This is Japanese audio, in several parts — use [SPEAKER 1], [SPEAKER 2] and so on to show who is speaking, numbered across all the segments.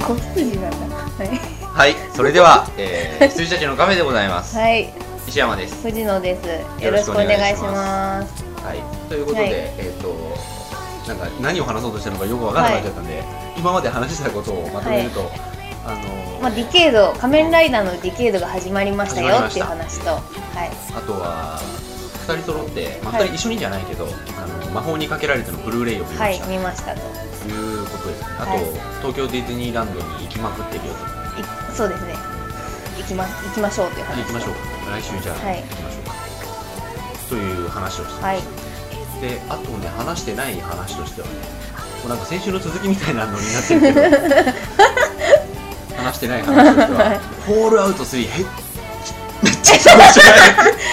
[SPEAKER 1] 小筋なんだ。はい。
[SPEAKER 2] はい、それでは、え ー、羊たちのカフェでございます。
[SPEAKER 1] はい。
[SPEAKER 2] 石山です。
[SPEAKER 1] 藤野です。
[SPEAKER 2] よ
[SPEAKER 1] よろ
[SPEAKER 2] ろし
[SPEAKER 1] し
[SPEAKER 2] く
[SPEAKER 1] く
[SPEAKER 2] お
[SPEAKER 1] お
[SPEAKER 2] 願
[SPEAKER 1] 願
[SPEAKER 2] いし
[SPEAKER 1] いします。
[SPEAKER 2] はい、ということで、
[SPEAKER 1] はい
[SPEAKER 2] えっ、と、なんか何を話そうとしたのかよくわからなくなっちゃったんで、今まで話したことをまとめると、あのー
[SPEAKER 1] まあ、ディケード、仮面ライダーのディケードが始まりましたよっていう
[SPEAKER 2] 始まりま
[SPEAKER 1] 話と。はい。
[SPEAKER 2] あとは、二人揃って、ま
[SPEAKER 1] は
[SPEAKER 2] あ、二
[SPEAKER 1] い
[SPEAKER 2] 人一緒にじゃないけど、あの魔法にかけられてのブルーレイを見ま
[SPEAKER 1] は
[SPEAKER 2] した、
[SPEAKER 1] い、見ましたと。
[SPEAKER 2] ということですね。あと、
[SPEAKER 1] はい
[SPEAKER 2] 東京ディズニーランドに行きまくってるよと。
[SPEAKER 1] いそうですね。行きます。行きましょうっていう話。
[SPEAKER 2] 行きましょうか。来週じゃあ、
[SPEAKER 1] はい
[SPEAKER 2] 行きましょうか。という話をしてま
[SPEAKER 1] はい
[SPEAKER 2] した。であとね話してない話としてはねもうなんか先週の続きみたいなのになってるけど話してない話としては「フォールアウト3」へっめっちゃくちゃ面白い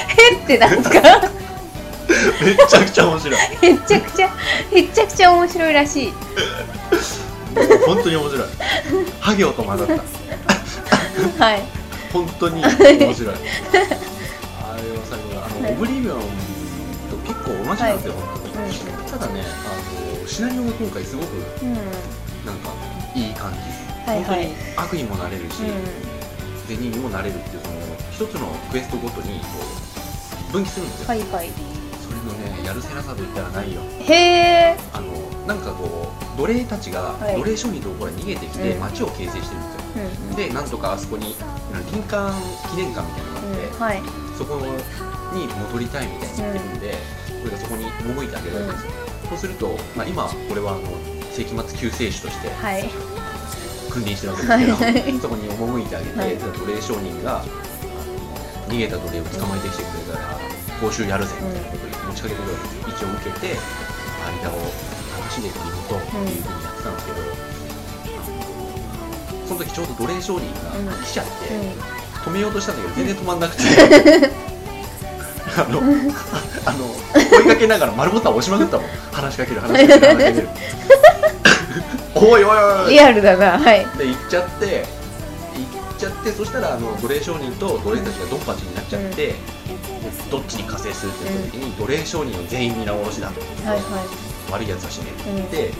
[SPEAKER 1] へってなんか
[SPEAKER 2] めちゃくちゃ面白い
[SPEAKER 1] へっちゃくちゃへっちゃくちゃ面白いらしい
[SPEAKER 2] もう本当に面白いハ行と混ざった
[SPEAKER 1] はい
[SPEAKER 2] 本当に面白いあれは最後あの、
[SPEAKER 1] はい
[SPEAKER 2] オブリビオンと結構同じなんですよ、本当に
[SPEAKER 1] う
[SPEAKER 2] ただねあのシナリオが今回すごく
[SPEAKER 1] うん
[SPEAKER 2] なんかいい感じ、
[SPEAKER 1] はいはい
[SPEAKER 2] 本当に悪にもなれるし、
[SPEAKER 1] うん
[SPEAKER 2] 善人にもなれるっていうその一つのクエストごとにこう分岐するんですよ、
[SPEAKER 1] はいはい
[SPEAKER 2] それのねやるせなさといったらないよ
[SPEAKER 1] へえ
[SPEAKER 2] あのなんかこう奴隷たちが
[SPEAKER 1] はい
[SPEAKER 2] 奴隷商人とこから逃げてきて
[SPEAKER 1] うん
[SPEAKER 2] 町を形成してるんですよ、
[SPEAKER 1] うん
[SPEAKER 2] でなんとかあそこになんか林間記念館みたいなのがあって、
[SPEAKER 1] うんはい
[SPEAKER 2] そこに戻りたいみたいに言ってるんで、俺がそこに赴いてあげられるんですよ、そうすると、まあ、今俺はあの世紀末救世主として
[SPEAKER 1] はい
[SPEAKER 2] 訓練してるわけですけど、
[SPEAKER 1] はい
[SPEAKER 2] そこに赴いてあげて、
[SPEAKER 1] はい
[SPEAKER 2] 奴隷商人があの逃げた奴隷を捕まえてきてくれたら報酬やるぜみたいなことに持ちかけてくるわけですよ一応受けて間を楽しんでいくことっていうふうにやってたんですけど、あのその時ちょうど奴隷商人
[SPEAKER 1] うん
[SPEAKER 2] が来ちゃって、
[SPEAKER 1] うん
[SPEAKER 2] 止めようとしたんだけど全然止まんなくて あのあの追いかけながら丸ボタン押しまくったもん話しかける話しかける 話しかけるおいおいおいおい
[SPEAKER 1] リアルだなはい
[SPEAKER 2] で行っちゃって行っちゃってそしたらあの奴隷商人と奴隷たちがドンパチになっちゃって、でどっちに加勢するって言った時に、奴隷商人を全員皆殺しだと、
[SPEAKER 1] はいは
[SPEAKER 2] 悪いやつは死ねっ
[SPEAKER 1] い
[SPEAKER 2] て
[SPEAKER 1] うん
[SPEAKER 2] で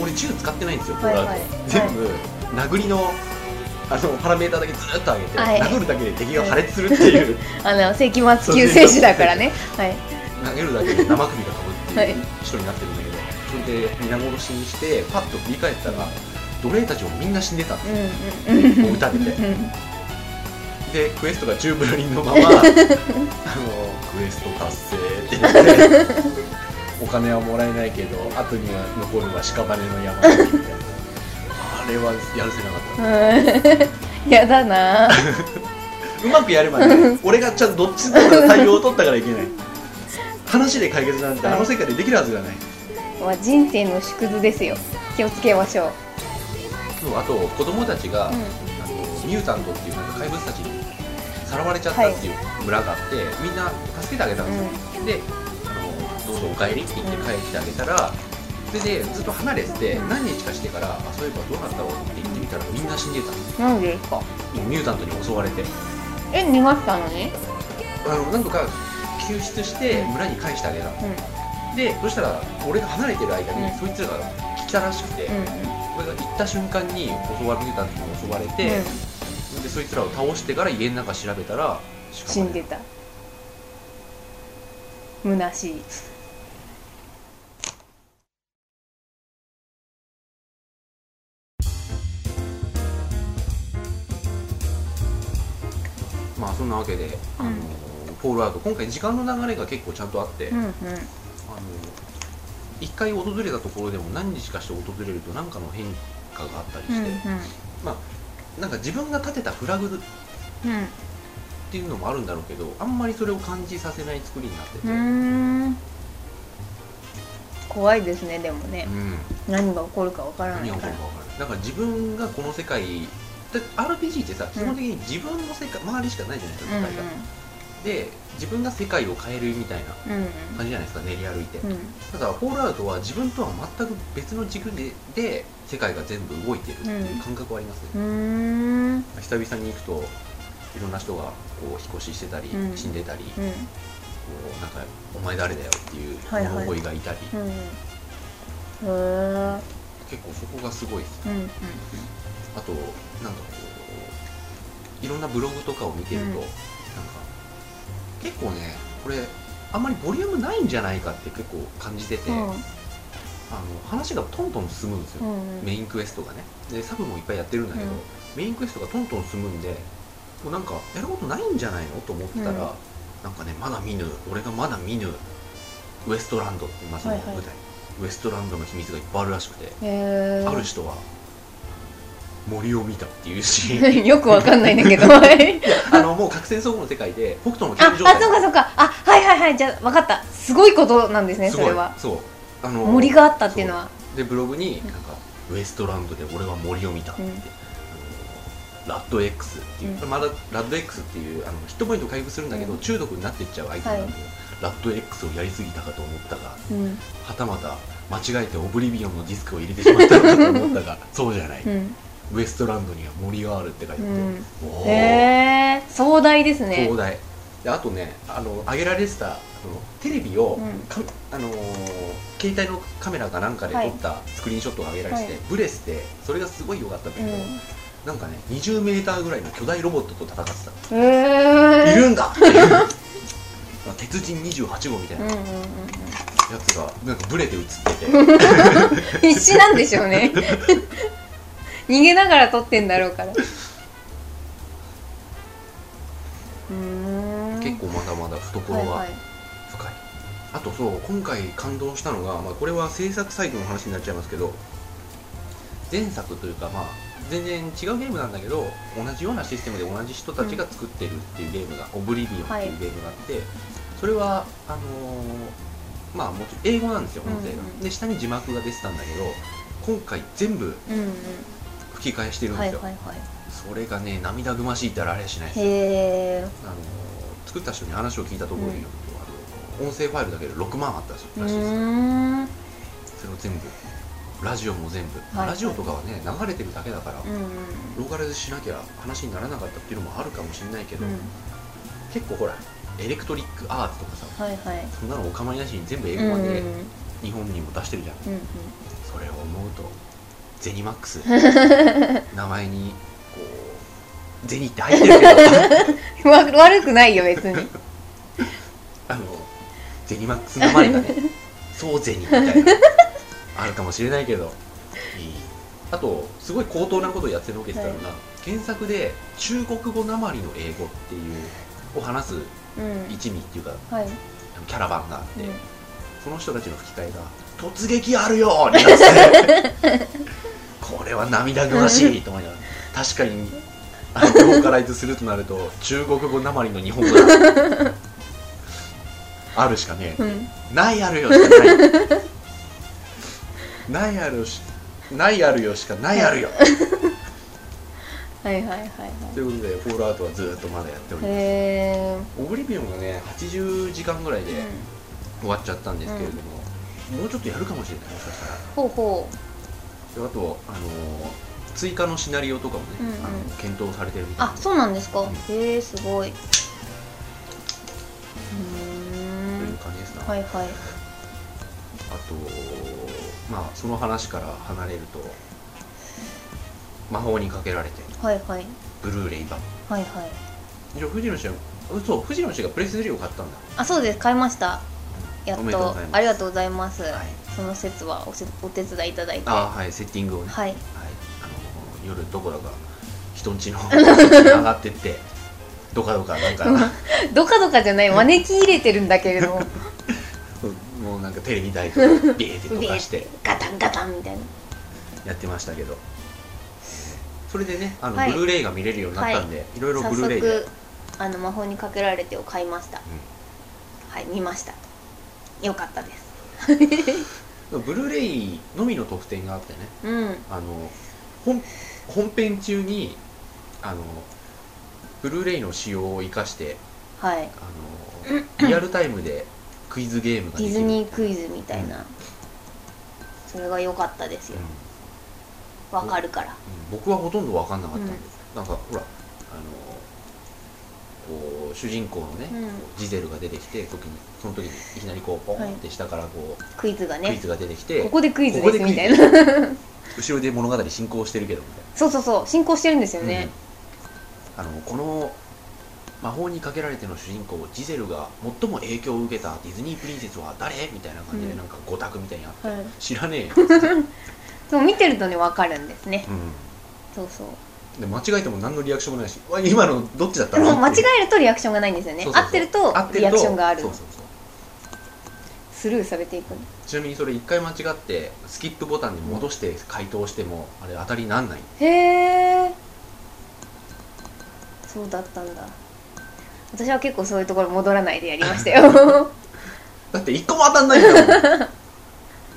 [SPEAKER 2] 俺銃使ってないんですよ、
[SPEAKER 1] はいはい
[SPEAKER 2] これ全部、殴りのあのパラメーターだけずっと上げて、
[SPEAKER 1] はい
[SPEAKER 2] 殴るだけで敵が破裂するっていう、
[SPEAKER 1] あの世紀末救世主だからねはい
[SPEAKER 2] 投げるだけで生首が飛ぶっていう
[SPEAKER 1] は
[SPEAKER 2] 人になってるんだけど、それで皆殺しにしてパッと振り返ったら奴隷たちもみんな死んでたんですよ
[SPEAKER 1] うんうんうん
[SPEAKER 2] もう撃たれて
[SPEAKER 1] うん
[SPEAKER 2] でクエストが宙ぶらりんのままあのクエスト達成って言ってお金はもらえないけど後には残るは屍の山みたいなあれはやるせなかった
[SPEAKER 1] うんやだな
[SPEAKER 2] うまくやればね俺がちゃんとどっちだから対応を取ったからいけない話で解決なんてあの世界でできるはずがない、
[SPEAKER 1] まあ人生の縮図ですよ気をつけましょう
[SPEAKER 2] そうあと子供たちが、
[SPEAKER 1] うん
[SPEAKER 2] あのミュータントっていうなんか怪物たちにさらわれちゃったっていう村があって、みんな助けてあげたんですよ、であのどうぞお帰りって言って帰ってあげたら、それでずっと離れてて
[SPEAKER 1] うん
[SPEAKER 2] 何日かしてからあそういえばどうなったろうって言ってみたらみんな死んでた
[SPEAKER 1] なんで
[SPEAKER 2] あもうミュータントに襲われて
[SPEAKER 1] え逃がしたのに
[SPEAKER 2] あのなんとか救出して村に返してあげたのでそしたら俺が離れてる間に、
[SPEAKER 1] うん
[SPEAKER 2] そいつらが来たらしくて、
[SPEAKER 1] うんうん
[SPEAKER 2] 俺が行った瞬間に襲われてたのに襲われて、
[SPEAKER 1] うん
[SPEAKER 2] でそいつらを倒してから家の中調べたら
[SPEAKER 1] 死んでた虚しい
[SPEAKER 2] まあそんなわけで、あの
[SPEAKER 1] うん
[SPEAKER 2] フォールアウト今回時間の流れが結構ちゃんとあって、
[SPEAKER 1] う
[SPEAKER 2] あ
[SPEAKER 1] ん
[SPEAKER 2] の
[SPEAKER 1] うん
[SPEAKER 2] 一回訪れたところでも何日かして訪れると何かの変化があったり
[SPEAKER 1] うん
[SPEAKER 2] して、なんか自分が立てたフラグっていうのもあるんだろうけどあんまりそれを感じさせない作りになってて、
[SPEAKER 1] うんうんうーん怖いですねでもね
[SPEAKER 2] うん
[SPEAKER 1] 何が起こるかわからな
[SPEAKER 2] 何
[SPEAKER 1] い
[SPEAKER 2] が起
[SPEAKER 1] か
[SPEAKER 2] こる
[SPEAKER 1] ら
[SPEAKER 2] か分からないだから自分がこの世界だ RPG ってさ基本的に自分の世界、周りしかないじゃないですか世界が、で自分が世界を変えるみたいな
[SPEAKER 1] うんうん
[SPEAKER 2] 感じじゃないですか練り歩いて、
[SPEAKER 1] うんうん
[SPEAKER 2] ただフォールアウトは自分とは全く別の軸でで世界が全部動いてるっていう感覚はありますね、
[SPEAKER 1] うんう
[SPEAKER 2] 久々に行くといろんな人がこう引っ越ししてたり、
[SPEAKER 1] うん
[SPEAKER 2] 死んでたり、こ
[SPEAKER 1] ーん
[SPEAKER 2] うなんか「お前誰だよ」っていう
[SPEAKER 1] はいはい
[SPEAKER 2] 物乞いがいたり、
[SPEAKER 1] うんうんへえ
[SPEAKER 2] 結構そこがすごいです
[SPEAKER 1] うんうん
[SPEAKER 2] あとなんかこういろんなブログとかを見てると、
[SPEAKER 1] うん
[SPEAKER 2] なんか結構ねこれあんまりボリュームないんじゃないかって結構感じてて、あの話がトントン進むんですよ、
[SPEAKER 1] うん
[SPEAKER 2] メインクエストがねでサブもいっぱいやってるんだけど、
[SPEAKER 1] うん
[SPEAKER 2] メインクエストがトントン進むんでもうなんかやることないんじゃないのと思ってたら、
[SPEAKER 1] うん
[SPEAKER 2] なんかねまだ見ぬ俺がまだ見ぬウエストランドって今その舞台、
[SPEAKER 1] はいは
[SPEAKER 2] ウエストランドの秘密がいっぱいあるらしくて、
[SPEAKER 1] え
[SPEAKER 2] ある人は森を見たっていうし
[SPEAKER 1] ー、よくわかんないんだけどあ
[SPEAKER 2] あのもう核戦争後の世界で北斗の
[SPEAKER 1] あそ
[SPEAKER 2] 拳状
[SPEAKER 1] うか
[SPEAKER 2] 態
[SPEAKER 1] そうかあはいはいはいじゃあわかったすごいことなんですね
[SPEAKER 2] す
[SPEAKER 1] そ
[SPEAKER 2] ごい
[SPEAKER 1] れは
[SPEAKER 2] そうあの
[SPEAKER 1] 森があったっていうのは
[SPEAKER 2] でブログになんか、ウエストランドで俺は森を見た」って、
[SPEAKER 1] うん
[SPEAKER 2] あのラッド X っていう、
[SPEAKER 1] うん
[SPEAKER 2] まだラッド X っていうあのヒットポイントを回復するんだけど、
[SPEAKER 1] うん
[SPEAKER 2] 中毒になっていっちゃうアイテムなんで、ラッド X をやりすぎたかと思ったが
[SPEAKER 1] うん
[SPEAKER 2] はたまた間違えてオブリビオンのディスクを入れてしまったのかと思ったがそうじゃない、
[SPEAKER 1] うん
[SPEAKER 2] ウエストランドには森があるって書いてて、
[SPEAKER 1] うん
[SPEAKER 2] おー
[SPEAKER 1] へえー、壮大ですね
[SPEAKER 2] 壮大であとねあの上げられてたあのテレビを、
[SPEAKER 1] うん
[SPEAKER 2] かあのー携帯のカメラかなんかで撮ったスクリーンショットが上げられてて、
[SPEAKER 1] はい
[SPEAKER 2] ブレスでそれがすごい良かったんだけ
[SPEAKER 1] う
[SPEAKER 2] ど、
[SPEAKER 1] ん
[SPEAKER 2] なんかね2 0ーぐらいの巨大ロボットと戦ってた、
[SPEAKER 1] へえー、
[SPEAKER 2] いるんだって いう鉄人28号みたい
[SPEAKER 1] うん
[SPEAKER 2] な
[SPEAKER 1] うん
[SPEAKER 2] や
[SPEAKER 1] うんうん
[SPEAKER 2] つがなんかブレて映ってて
[SPEAKER 1] 必死なんでしょうね逃げながら撮ってんだろうからうーん
[SPEAKER 2] 結構まだまだ懐
[SPEAKER 1] はい
[SPEAKER 2] は
[SPEAKER 1] はい
[SPEAKER 2] 深い、あとそう今回感動したのが、まあ、これは制作サイトの話になっちゃいますけど前作というかまあ全然違うゲームなんだけど同じようなシステムで同じ人たちが作ってるっていうゲームが「オブリビオン」って
[SPEAKER 1] はい
[SPEAKER 2] いうゲームがあって、それはあのーまあもちろん英語なんですよ音声が、
[SPEAKER 1] うんうん
[SPEAKER 2] で下に字幕が出てたんだけど今回全部
[SPEAKER 1] うん
[SPEAKER 2] 吹き替えして
[SPEAKER 1] う
[SPEAKER 2] る
[SPEAKER 1] ん
[SPEAKER 2] ん
[SPEAKER 1] はい
[SPEAKER 2] ですよ、
[SPEAKER 1] はいは
[SPEAKER 2] それがね涙ぐましいったらあれはしないです
[SPEAKER 1] いへえ
[SPEAKER 2] あの作った人に話を聞いたところによると、あの音声ファイルだけで6万あったらしい
[SPEAKER 1] ーう
[SPEAKER 2] です、
[SPEAKER 1] ーん
[SPEAKER 2] それを全部ラジオも全部、
[SPEAKER 1] はい
[SPEAKER 2] ラジオとかはね流れてるだけだから、
[SPEAKER 1] うんうん
[SPEAKER 2] ローカライズしなきゃ話にならなかったっていうのもあるかもしれないけど、
[SPEAKER 1] うん
[SPEAKER 2] 結構ほらエレクトリックアーツとかさ
[SPEAKER 1] はいはい
[SPEAKER 2] そんなのお構いなしに全部英
[SPEAKER 1] うんうんう
[SPEAKER 2] 語
[SPEAKER 1] ん
[SPEAKER 2] 版
[SPEAKER 1] う
[SPEAKER 2] で
[SPEAKER 1] ん
[SPEAKER 2] 日本にも出してるじゃん、
[SPEAKER 1] うん
[SPEAKER 2] それを思うとゼニマックス 名前にこうゼニって入ってるけど
[SPEAKER 1] わ悪くないよ別に
[SPEAKER 2] あのゼニマックスの前がねそうゼニみたいなあるかもしれないけどいいあとすごい高等なことをやってのけてたのが、検索で中国語なまりの英語っていうを話す
[SPEAKER 1] うん
[SPEAKER 2] 一味っていうか
[SPEAKER 1] はい
[SPEAKER 2] キャラバンがあって、
[SPEAKER 1] うん
[SPEAKER 2] その人たちの吹き替えが「突撃あるよ!」になってて これは涙ぐましいと思いながら確かにあのローカライズするとなると中国語なまりの日本語だあるしかねえ
[SPEAKER 1] うん
[SPEAKER 2] ないあるよしかないないあるよしないあるよしかないあるよ
[SPEAKER 1] はいはいはいは
[SPEAKER 2] ということで「フォールアウト」はずっとまだやってお
[SPEAKER 1] い
[SPEAKER 2] ります
[SPEAKER 1] へ
[SPEAKER 2] オブリビオンがね80時間ぐらい
[SPEAKER 1] え
[SPEAKER 2] で終わっちゃったんですけれども、もうちょっとやるかもしれないもしかしたら
[SPEAKER 1] ほうほう
[SPEAKER 2] であと、あのー追加のシナリオとかもね、
[SPEAKER 1] うんうん
[SPEAKER 2] あの検討されてるみたい
[SPEAKER 1] あ
[SPEAKER 2] な
[SPEAKER 1] そうなんですか、
[SPEAKER 2] うん
[SPEAKER 1] へえすごいう
[SPEAKER 2] と
[SPEAKER 1] ー
[SPEAKER 2] いうん感じですな、
[SPEAKER 1] はいはい
[SPEAKER 2] あとまあその話から離れると魔法にかけられて
[SPEAKER 1] はいはい
[SPEAKER 2] ブルーレイ版
[SPEAKER 1] はいはい
[SPEAKER 2] じゃあ藤野氏はそう藤野氏がプレス3を買ったんだ
[SPEAKER 1] あそうです買いましたやっ
[SPEAKER 2] お
[SPEAKER 1] と
[SPEAKER 2] めでとうございます
[SPEAKER 1] ありがとうございます、
[SPEAKER 2] はい
[SPEAKER 1] その説はおせお手伝いいただいて
[SPEAKER 2] ああ
[SPEAKER 1] は
[SPEAKER 2] はいセッティングをね、はい
[SPEAKER 1] い
[SPEAKER 2] あのー夜どこだか人んちの 上がってってどかどかなんか
[SPEAKER 1] どかどかじゃない招き入れてるんだけれども
[SPEAKER 2] もうなんかテレビ台とかビーって どかして
[SPEAKER 1] ガタンガタンみたいな
[SPEAKER 2] やってましたけどそれでねあの、
[SPEAKER 1] はい
[SPEAKER 2] ブルーレイが見れるようになったんで、い、ろいろ
[SPEAKER 1] 早
[SPEAKER 2] ブルーレイで
[SPEAKER 1] 速あの魔法にかけられてを買いました、はい見ましたよかったです
[SPEAKER 2] ブルーレイのみの特典があって
[SPEAKER 1] う
[SPEAKER 2] ね
[SPEAKER 1] ん
[SPEAKER 2] あの本本編中にあのブルーレイの仕様を生かして
[SPEAKER 1] はい
[SPEAKER 2] あのリアルタイムでクイズゲームが
[SPEAKER 1] デ
[SPEAKER 2] でき
[SPEAKER 1] ィズ
[SPEAKER 2] る
[SPEAKER 1] ニークイズみたいな、それが良かったです
[SPEAKER 2] うん
[SPEAKER 1] よわかるから
[SPEAKER 2] うん僕はほとんど分かんなかったんで、
[SPEAKER 1] うん
[SPEAKER 2] なんかほらあのこう主人公のね、
[SPEAKER 1] うん
[SPEAKER 2] こうジゼルが出てきて時にその時にいきなりこうポンって下からこう、
[SPEAKER 1] クイズが
[SPEAKER 2] クイ
[SPEAKER 1] ね
[SPEAKER 2] ズが出てきて、
[SPEAKER 1] ここでクイズ
[SPEAKER 2] ここ
[SPEAKER 1] で
[SPEAKER 2] ですクイ
[SPEAKER 1] み
[SPEAKER 2] ズ
[SPEAKER 1] たいな
[SPEAKER 2] 後ろで物語進行してるけどみたい
[SPEAKER 1] そうそうそう進行してるんですよ
[SPEAKER 2] な、
[SPEAKER 1] ね、
[SPEAKER 2] うんあのこの魔法にかけられての主人公ジゼルが最も影響を受けたディズニープリンセスは誰みたいな感じで
[SPEAKER 1] うん
[SPEAKER 2] なんか五択みたいにあって、
[SPEAKER 1] はい
[SPEAKER 2] 知らねえよ、
[SPEAKER 1] そう見てるとね分かるんですね
[SPEAKER 2] う、
[SPEAKER 1] そうそうん
[SPEAKER 2] で間違えても何のリアクションもないしわ今のどっちだった
[SPEAKER 1] で
[SPEAKER 2] の
[SPEAKER 1] も間違
[SPEAKER 2] っていう
[SPEAKER 1] えるとリアクションがないんですよね
[SPEAKER 2] そうそうそう
[SPEAKER 1] 合ってるとリアクションがある
[SPEAKER 2] そうそうそう
[SPEAKER 1] スルーされていくの
[SPEAKER 2] ちなみにそれ一回間違ってスキップボタンに戻して回答してもあれ当たりになんない
[SPEAKER 1] へえそうだったんだ私は結構そういうところ戻らないでやりましたよ
[SPEAKER 2] だって一個も当たんないんだも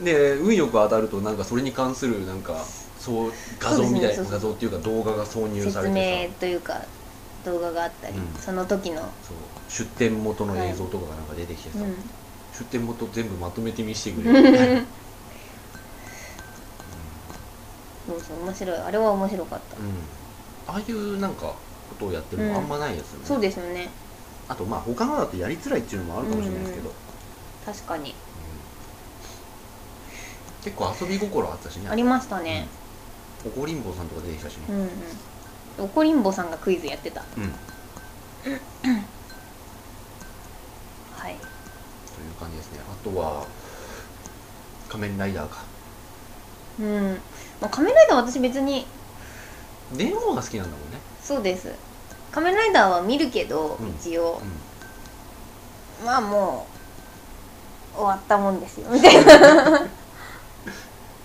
[SPEAKER 2] ん で運よく当たるとなんかそれに関するなんかそう画像みたいな、
[SPEAKER 1] そうですねそうそう
[SPEAKER 2] 画像っていうか動画が挿 入さ
[SPEAKER 1] 説
[SPEAKER 2] れて
[SPEAKER 1] 明
[SPEAKER 2] さ
[SPEAKER 1] というか動画があったり、
[SPEAKER 2] うん
[SPEAKER 1] その時の、
[SPEAKER 2] そう出店元の映像とかがなんか出てきて
[SPEAKER 1] う
[SPEAKER 2] さ、
[SPEAKER 1] ん、
[SPEAKER 2] 出店元全部まとめて見せてくれるみたいなうん
[SPEAKER 1] そうそう面白いあれは面白かった、
[SPEAKER 2] ああいうなんかことをやってるのあんまないですよね、
[SPEAKER 1] そうですよね
[SPEAKER 2] あとまあ他のだってやりづらいっていうのもあるかもしれないですけど、
[SPEAKER 1] 確かに
[SPEAKER 2] 結構遊び心あったしね
[SPEAKER 1] ありましたね
[SPEAKER 2] おこりんぼさんとか出てきたしね
[SPEAKER 1] うんうんおこりんぼさんがクイズやってた
[SPEAKER 2] うん、
[SPEAKER 1] はい
[SPEAKER 2] という感じですねあとは仮面ライダーか
[SPEAKER 1] うん、まあ、仮面ライダーは私別に
[SPEAKER 2] 電王が好きなんだもんね、
[SPEAKER 1] そうです仮面ライダーは見るけど、
[SPEAKER 2] うん
[SPEAKER 1] 一応
[SPEAKER 2] うん、
[SPEAKER 1] まあもう終わったもんですよみたいな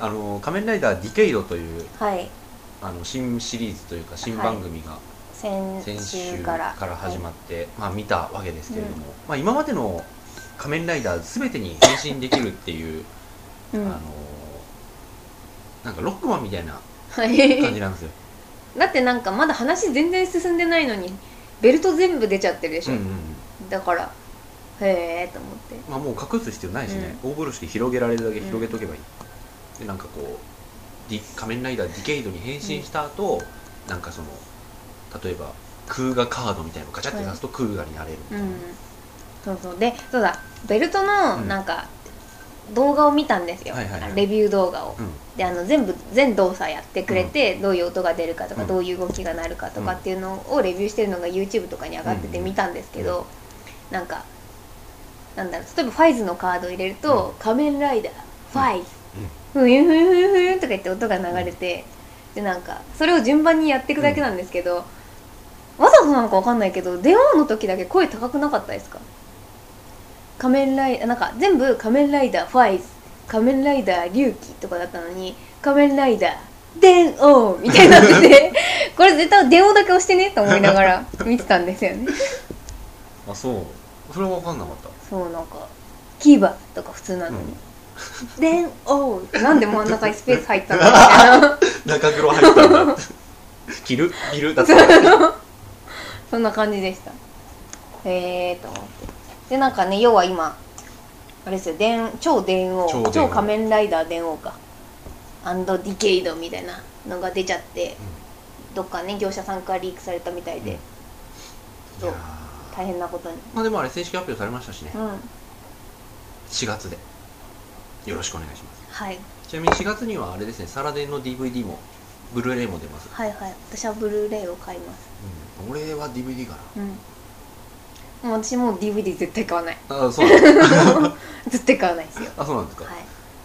[SPEAKER 2] あの仮面ライダーディケイドという
[SPEAKER 1] はい
[SPEAKER 2] あの新シリーズというか新番組が先
[SPEAKER 1] 先
[SPEAKER 2] 週
[SPEAKER 1] 週
[SPEAKER 2] か
[SPEAKER 1] から
[SPEAKER 2] ら始
[SPEAKER 1] っ
[SPEAKER 2] まって、まあ見たわけですけれども、まあ今までの仮面ライダー全てに変身できるっていう、
[SPEAKER 1] た、う
[SPEAKER 2] あ
[SPEAKER 1] ん
[SPEAKER 2] のなんかロックマンみたいな
[SPEAKER 1] は
[SPEAKER 2] 感じなんですよ、
[SPEAKER 1] い、だってなんかまだ話全然進んでないのにベルト全部出ちゃってるでしょ、
[SPEAKER 2] うんうんうん
[SPEAKER 1] だからへえと思って
[SPEAKER 2] まあもう隠す必要ないしね、大風呂して広げられるだけ広げとけばいい、でなんかこうディ仮面ライダーディケイドに変身した後、なんかその例えばクーガカードみたいなのをガチャって出すとクーガになれるみた
[SPEAKER 1] う
[SPEAKER 2] いな、
[SPEAKER 1] んそうそうでそうだベルトの
[SPEAKER 2] うん
[SPEAKER 1] なんか動画を見たんですよ、
[SPEAKER 2] はいはいはい
[SPEAKER 1] レビュー動画を、
[SPEAKER 2] うん
[SPEAKER 1] であの全部全動作やってくれて、どういう音が出るかとか、
[SPEAKER 2] うん
[SPEAKER 1] どういう動きがなるかとか
[SPEAKER 2] うん
[SPEAKER 1] っていうのをレビューしてるのが YouTube とかに上がってて
[SPEAKER 2] うん
[SPEAKER 1] 見たんですけど、なんかなんだろう例えばファイズのカードを入れると「仮面ライダーファイズ」ふゆふゆふゆふゆとか言って音が流れてでなんかそれを順番にやっていくだけなんですけど、わざとなのかわかんないけど電話の時だけ声高くなかったですか仮面ライなんか全部仮面ライダーファイズ仮面ライダー龍騎とかだったのに仮面ライダー電王みたいになっててこれ絶対電王だけ押してねと思いながら見てたんですよね
[SPEAKER 2] あそうそれは分かんなかった
[SPEAKER 1] そうなんかキーバとか普通なのに「電、王」なんで真ん中にスペース入ったのみたいな。
[SPEAKER 2] 中黒入ったんだ 着る着るだった
[SPEAKER 1] そんな感じでした。へえーと思って。で、なんかね、要は今、あれですよ、電超電王
[SPEAKER 2] 超
[SPEAKER 1] 超
[SPEAKER 2] 電王
[SPEAKER 1] 仮面ライダー電王か。アンドディケイドみたいなのが出ちゃって、どっかね、業者さんからリークされたみたいで、
[SPEAKER 2] いやー
[SPEAKER 1] 大変なことに。
[SPEAKER 2] まあでもあれ正式発表されましたしね、
[SPEAKER 1] うん。
[SPEAKER 2] 4月でよろしくお願いします
[SPEAKER 1] はい。
[SPEAKER 2] ちなみに4月にはあれですねサラデンの DVD もブルーレイも出ます、
[SPEAKER 1] はいはい。私はブルーレイを買います。
[SPEAKER 2] うん、俺は DVD か
[SPEAKER 1] うん。もう私もう DVD 絶対買わない。
[SPEAKER 2] なあそうなんです
[SPEAKER 1] 絶対買わないですよ。
[SPEAKER 2] あそうなんです か、、
[SPEAKER 1] はい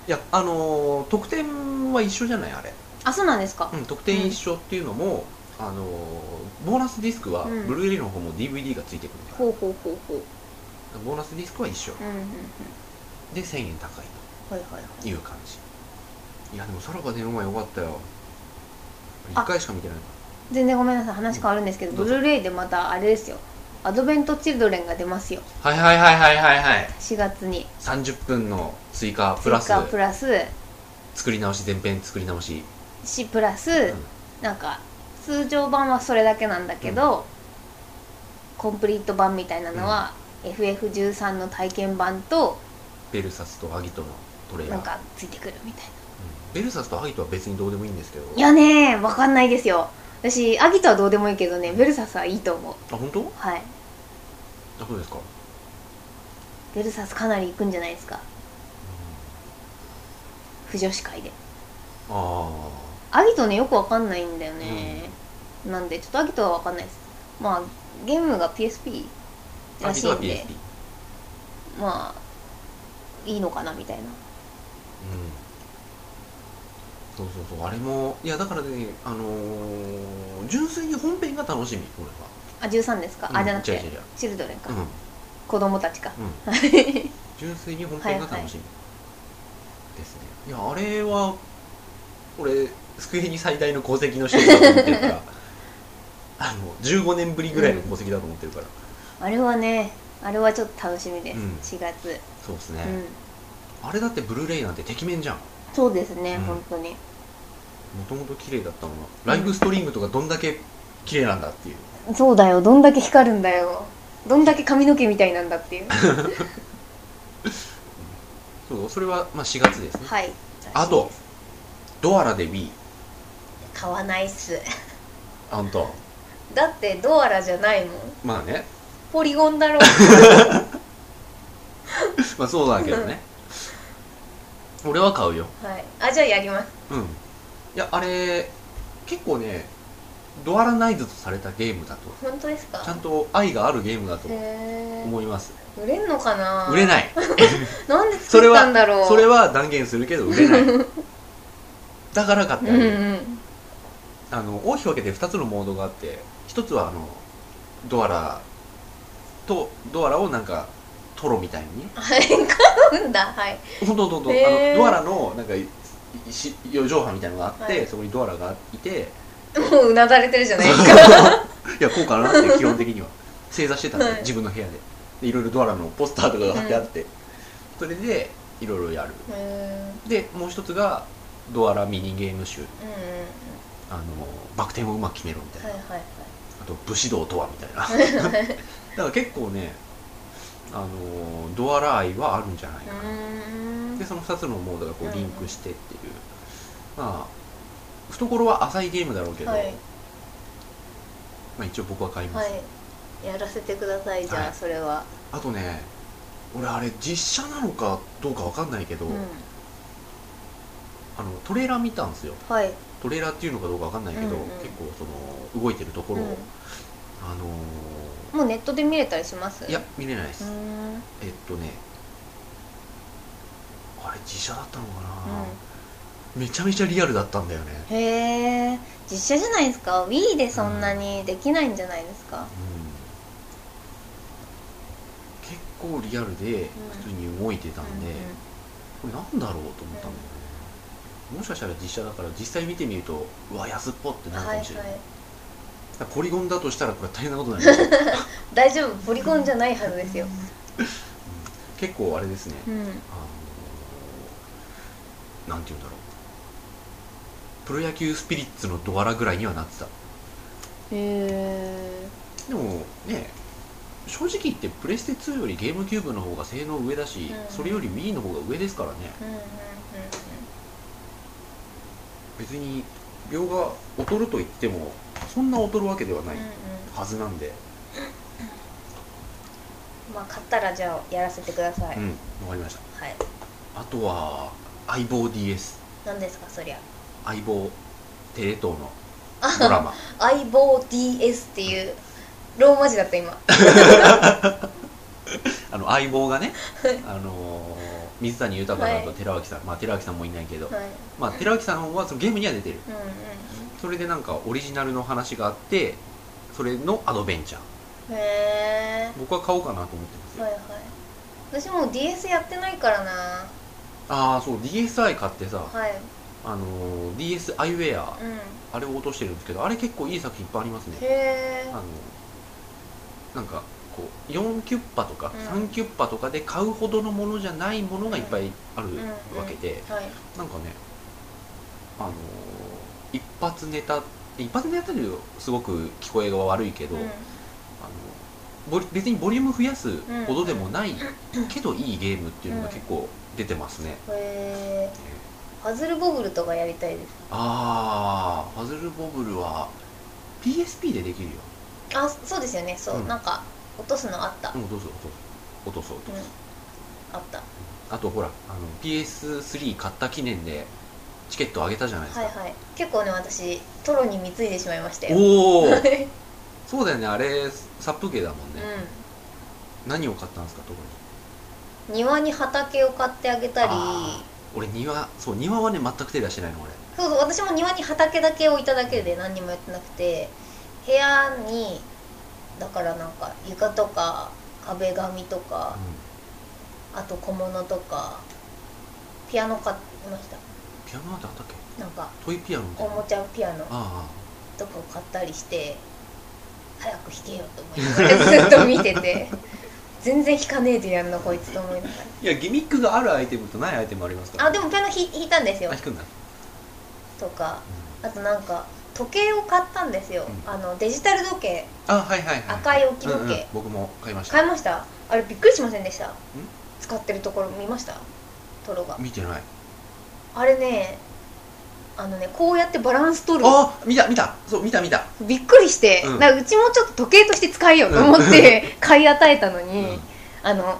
[SPEAKER 1] い。
[SPEAKER 2] やあのー特典は一緒じゃないあれ、
[SPEAKER 1] あ、そうなんですか。
[SPEAKER 2] うん、特典一緒っていうのも、あのーボーナスディスクは、
[SPEAKER 1] うん
[SPEAKER 2] ブルーレイの方も DVD がついてくるんだよ
[SPEAKER 1] ほうほうほうほう。
[SPEAKER 2] ボーナスディスクは一緒
[SPEAKER 1] うんうんうん。
[SPEAKER 2] で1000円高い
[SPEAKER 1] はいはいはい。
[SPEAKER 2] という感じいやでもさらば電話は良かったよ
[SPEAKER 1] あ
[SPEAKER 2] 1回しか見てないか
[SPEAKER 1] 全然ごめんなさい話変わるんですけど、
[SPEAKER 2] どう
[SPEAKER 1] ブ
[SPEAKER 2] ぞ
[SPEAKER 1] ルーレイでまたあれですよアドベント・チルドレンが出ますよ
[SPEAKER 2] らはいはいはいはいはいはい
[SPEAKER 1] 4月に
[SPEAKER 2] 30分の追加プラス
[SPEAKER 1] 追加プラス
[SPEAKER 2] 作り直し全編作り直し、
[SPEAKER 1] しプラス、
[SPEAKER 2] うん
[SPEAKER 1] なんか通常版はそれだけなんだけど、コンプリート版みたいなのは、FF13 の体験版と
[SPEAKER 2] ベルサスとアギトのトレーラー
[SPEAKER 1] なんかついてくるみたいな
[SPEAKER 2] うんベルサスとアギトは別にどうでもいいんですけど
[SPEAKER 1] いやねー分かんないですよ私アギトはどうでもいいけどねベルサスはいいと思う
[SPEAKER 2] あ本当
[SPEAKER 1] はい
[SPEAKER 2] あそうですか、
[SPEAKER 1] ベルサスかなり行くんじゃないですか不女子会で
[SPEAKER 2] あ
[SPEAKER 1] アギトねよくわかんないんだよね、なんでちょっとアギトはわかんないですまあゲームが PSP
[SPEAKER 2] あ
[SPEAKER 1] ら
[SPEAKER 2] アギ
[SPEAKER 1] し
[SPEAKER 2] ト
[SPEAKER 1] い
[SPEAKER 2] は
[SPEAKER 1] ん
[SPEAKER 2] PSP
[SPEAKER 1] でまあいいのかなみたいな
[SPEAKER 2] うんそうそうそうあれもいやだからねあのー純粋に本編が楽しみ俺は
[SPEAKER 1] あ13ですか、
[SPEAKER 2] う
[SPEAKER 1] あ
[SPEAKER 2] ん
[SPEAKER 1] じゃなく
[SPEAKER 2] 違う
[SPEAKER 1] て
[SPEAKER 2] 違う違う
[SPEAKER 1] チルドレンか、
[SPEAKER 2] うん
[SPEAKER 1] 子供たちか
[SPEAKER 2] うん純粋に本編が楽しみですね、いやあれは俺机に最大の功績の一つだと思ってるから あの15年ぶりぐらいの功績だと思ってるから、
[SPEAKER 1] あれはねあれはちょっと楽しみです、
[SPEAKER 2] う
[SPEAKER 1] 4
[SPEAKER 2] ん
[SPEAKER 1] 月、
[SPEAKER 2] そうです
[SPEAKER 1] う
[SPEAKER 2] ね、
[SPEAKER 1] ん
[SPEAKER 2] あれだってブルーレイなんててきめんじゃんも
[SPEAKER 1] そうですね、
[SPEAKER 2] うん
[SPEAKER 1] 本当に
[SPEAKER 2] ともと綺麗だったものライブストリームとかどんだけ綺麗なんだっていう
[SPEAKER 1] そうだよどんだけ光るんだよどんだけ髪の毛みたいなんだって いう
[SPEAKER 2] そうそれはまあ4月ですね、
[SPEAKER 1] はい
[SPEAKER 2] あとドアラで Wii
[SPEAKER 1] 買わないっす
[SPEAKER 2] あんた
[SPEAKER 1] だってドアラじゃないもん
[SPEAKER 2] まあね
[SPEAKER 1] ポリゴンだろ
[SPEAKER 2] まあそうだけどね 俺は買うよ
[SPEAKER 1] はいあじゃあやります
[SPEAKER 2] うんいやあれ結構ねドアラナイズとされたゲームだと
[SPEAKER 1] 本当ですか
[SPEAKER 2] ちゃんと愛があるゲームだと
[SPEAKER 1] へえ
[SPEAKER 2] 思います
[SPEAKER 1] 売れんのかな
[SPEAKER 2] 売れない
[SPEAKER 1] なんで
[SPEAKER 2] それ
[SPEAKER 1] 作ったんだろう
[SPEAKER 2] はそれは断言するけど売れない だから買って
[SPEAKER 1] う
[SPEAKER 2] あ
[SPEAKER 1] ん
[SPEAKER 2] げ
[SPEAKER 1] う
[SPEAKER 2] る
[SPEAKER 1] ん
[SPEAKER 2] あの大きく分けて2つのモードがあって1つはあのドアラとドアラをなんかトロみたいに
[SPEAKER 1] はい買うんだはい
[SPEAKER 2] ほんとほんとほんとあ
[SPEAKER 1] へー
[SPEAKER 2] のドアラのなんかいし四畳半みたいなのがあって、
[SPEAKER 1] はい
[SPEAKER 2] そこにドアラがいて
[SPEAKER 1] もううなだれてるじゃないですか
[SPEAKER 2] いやこうかなって基本的には正座してたんで、
[SPEAKER 1] はい
[SPEAKER 2] 自分の部屋ででいろいろドアラのポスターとかが貼ってあって、それでいろいろやる
[SPEAKER 1] うーん
[SPEAKER 2] でもう一つがドアラミニゲーム集
[SPEAKER 1] うんうん
[SPEAKER 2] あのバク転をうまく決めろみたいな、
[SPEAKER 1] はいはいはい
[SPEAKER 2] あと武士道とはみた いなだから結構ねあのドアラ愛はあるんじゃないかな、
[SPEAKER 1] うーん
[SPEAKER 2] でその2つのモードがこうリンクしてっていう、まあ懐は浅いゲームだろうけど、
[SPEAKER 1] はい
[SPEAKER 2] まあ、一応僕は買いま
[SPEAKER 1] は
[SPEAKER 2] す、
[SPEAKER 1] いやらせてくださいじゃあ、
[SPEAKER 2] はい
[SPEAKER 1] それは
[SPEAKER 2] あとね俺あれ実写なのかどうかわかんないけど、
[SPEAKER 1] うん
[SPEAKER 2] あのトレーラー見たんですよ
[SPEAKER 1] はい
[SPEAKER 2] トレーラーっていうのかどうかわかんないけど、
[SPEAKER 1] うんうん
[SPEAKER 2] 結構その動いてるところを、
[SPEAKER 1] うん
[SPEAKER 2] あの
[SPEAKER 1] もうネットで見れたりします
[SPEAKER 2] ーいや見れないで
[SPEAKER 1] う
[SPEAKER 2] す、
[SPEAKER 1] ーん
[SPEAKER 2] えっとねあれ実写だったのかな、めちゃめちゃリアルだったんだよね、
[SPEAKER 1] へえ実写じゃないですか Wii でそんなにできないんじゃないですか
[SPEAKER 2] うん、結構リアル
[SPEAKER 1] ん
[SPEAKER 2] で普通に動いてたんで、これなんだろうと思ったんだよね、もしかしたら実写だから実際見てみるとうわ安っぽって
[SPEAKER 1] うんう
[SPEAKER 2] なんる
[SPEAKER 1] はい
[SPEAKER 2] か
[SPEAKER 1] は
[SPEAKER 2] も
[SPEAKER 1] い
[SPEAKER 2] しれない、ただポリゴンだとしたらこれ大変なことになります
[SPEAKER 1] 大丈夫ポリコンじゃないはずですよ
[SPEAKER 2] 結構あれですね、
[SPEAKER 1] うん
[SPEAKER 2] あのなんて言うんだろうプロ野球スピリッツのドアラぐらいにはなってた
[SPEAKER 1] へえ
[SPEAKER 2] でもね正直言ってプレステ2よりゲームキューブの方が性能上だし、
[SPEAKER 1] うん
[SPEAKER 2] それより Wii の方が上ですからね、
[SPEAKER 1] うんうんうんうん
[SPEAKER 2] 別に秒が劣ると言ってもそんな劣るわけではない
[SPEAKER 1] うんうん
[SPEAKER 2] はずなんで、
[SPEAKER 1] まあ買ったらじゃあやらせてください、
[SPEAKER 2] うんわかりました
[SPEAKER 1] はい
[SPEAKER 2] あとは相棒 DS
[SPEAKER 1] 何ですかそりゃ
[SPEAKER 2] 相棒テレ東のド ラマ
[SPEAKER 1] 相棒 DS っていうローマ字だった今
[SPEAKER 2] あの相棒がね、あのー水谷豊さんと寺脇さん、まあ寺脇さんもいないけど、
[SPEAKER 1] はい
[SPEAKER 2] まあ寺脇さんはそのゲームには出てる
[SPEAKER 1] うんうん
[SPEAKER 2] それでなんかオリジナルの話があってそれのアドベンチャー
[SPEAKER 1] うんへえ
[SPEAKER 2] 僕は買おうかなと思ってますよ、
[SPEAKER 1] はいはい私もう DS やってないからな
[SPEAKER 2] ああそう DSi 買ってさ
[SPEAKER 1] はい
[SPEAKER 2] あのー DSi ウェア
[SPEAKER 1] うん
[SPEAKER 2] あれを落としてるんですけどあれ結構いい作品いっぱいありますね
[SPEAKER 1] へえ
[SPEAKER 2] あのなんかこう4キュッパとか
[SPEAKER 1] うん
[SPEAKER 2] 3キュッパとかで買うほどのものじゃないものがいっぱいある
[SPEAKER 1] ん
[SPEAKER 2] わけで
[SPEAKER 1] はい
[SPEAKER 2] なんかねあのー一発ネタ一発ネタというとすごく聞こえが悪いけど、
[SPEAKER 1] うん
[SPEAKER 2] あのボリ別にボリューム増やす
[SPEAKER 1] ん
[SPEAKER 2] ほどでもないけどいいゲームっていうのが結構出てますね、
[SPEAKER 1] へえパズルボブルとかやりたいです
[SPEAKER 2] ああパズルボブルは PSP でできるよ
[SPEAKER 1] あそうですよねそう、
[SPEAKER 2] うん
[SPEAKER 1] なんか落とすのあった、
[SPEAKER 2] うん落とそう落とそう落とそう
[SPEAKER 1] あった
[SPEAKER 2] あとほらあの PS3 買った記念でチケットあげたじゃないです
[SPEAKER 1] はい
[SPEAKER 2] か、
[SPEAKER 1] はい結構ね私トロに貢いでしまいましたよ
[SPEAKER 2] おお
[SPEAKER 1] はい
[SPEAKER 2] そうだよねあれ殺風景だもんね、
[SPEAKER 1] う
[SPEAKER 2] 何を買ったんですか特に
[SPEAKER 1] ん庭に畑を買ってあげたり
[SPEAKER 2] あー俺庭そう庭はね全く手出してないの俺
[SPEAKER 1] そうそう私も庭に畑だけ置いただけで何にもやってなくて部屋にだからなんか床とか壁紙とかあと小物とかピアノ買いました
[SPEAKER 2] ピアノなんてあったっけ
[SPEAKER 1] なんか
[SPEAKER 2] トイピアノみたい
[SPEAKER 1] お
[SPEAKER 2] な
[SPEAKER 1] もちゃピアノ
[SPEAKER 2] あ
[SPEAKER 1] とかを買ったりして早く弾けよと思いながらずっと見てて全然弾かねえでやんのこいつと思いなが
[SPEAKER 2] あいやギミックがあるアイテムとないアイテムありますから
[SPEAKER 1] らあでもピアノ弾弾いたんですよ
[SPEAKER 2] あ弾くんだ、
[SPEAKER 1] とかあとなんか時計を買ったんですよ、あのデジタル時計
[SPEAKER 2] あはいはいはい
[SPEAKER 1] 赤い置き時計
[SPEAKER 2] うんうん僕も買いました
[SPEAKER 1] 買いましたあれびっくりしませんでした使ってるところ見ましたトロが
[SPEAKER 2] 見てない
[SPEAKER 1] あれねあのねこうやってバランス取る
[SPEAKER 2] あ見た見たそう見た見た、
[SPEAKER 1] びっくりして、
[SPEAKER 2] うん
[SPEAKER 1] なんかうちもちょっと時計として使えようと思って、 買い与えたのに、
[SPEAKER 2] うん
[SPEAKER 1] あの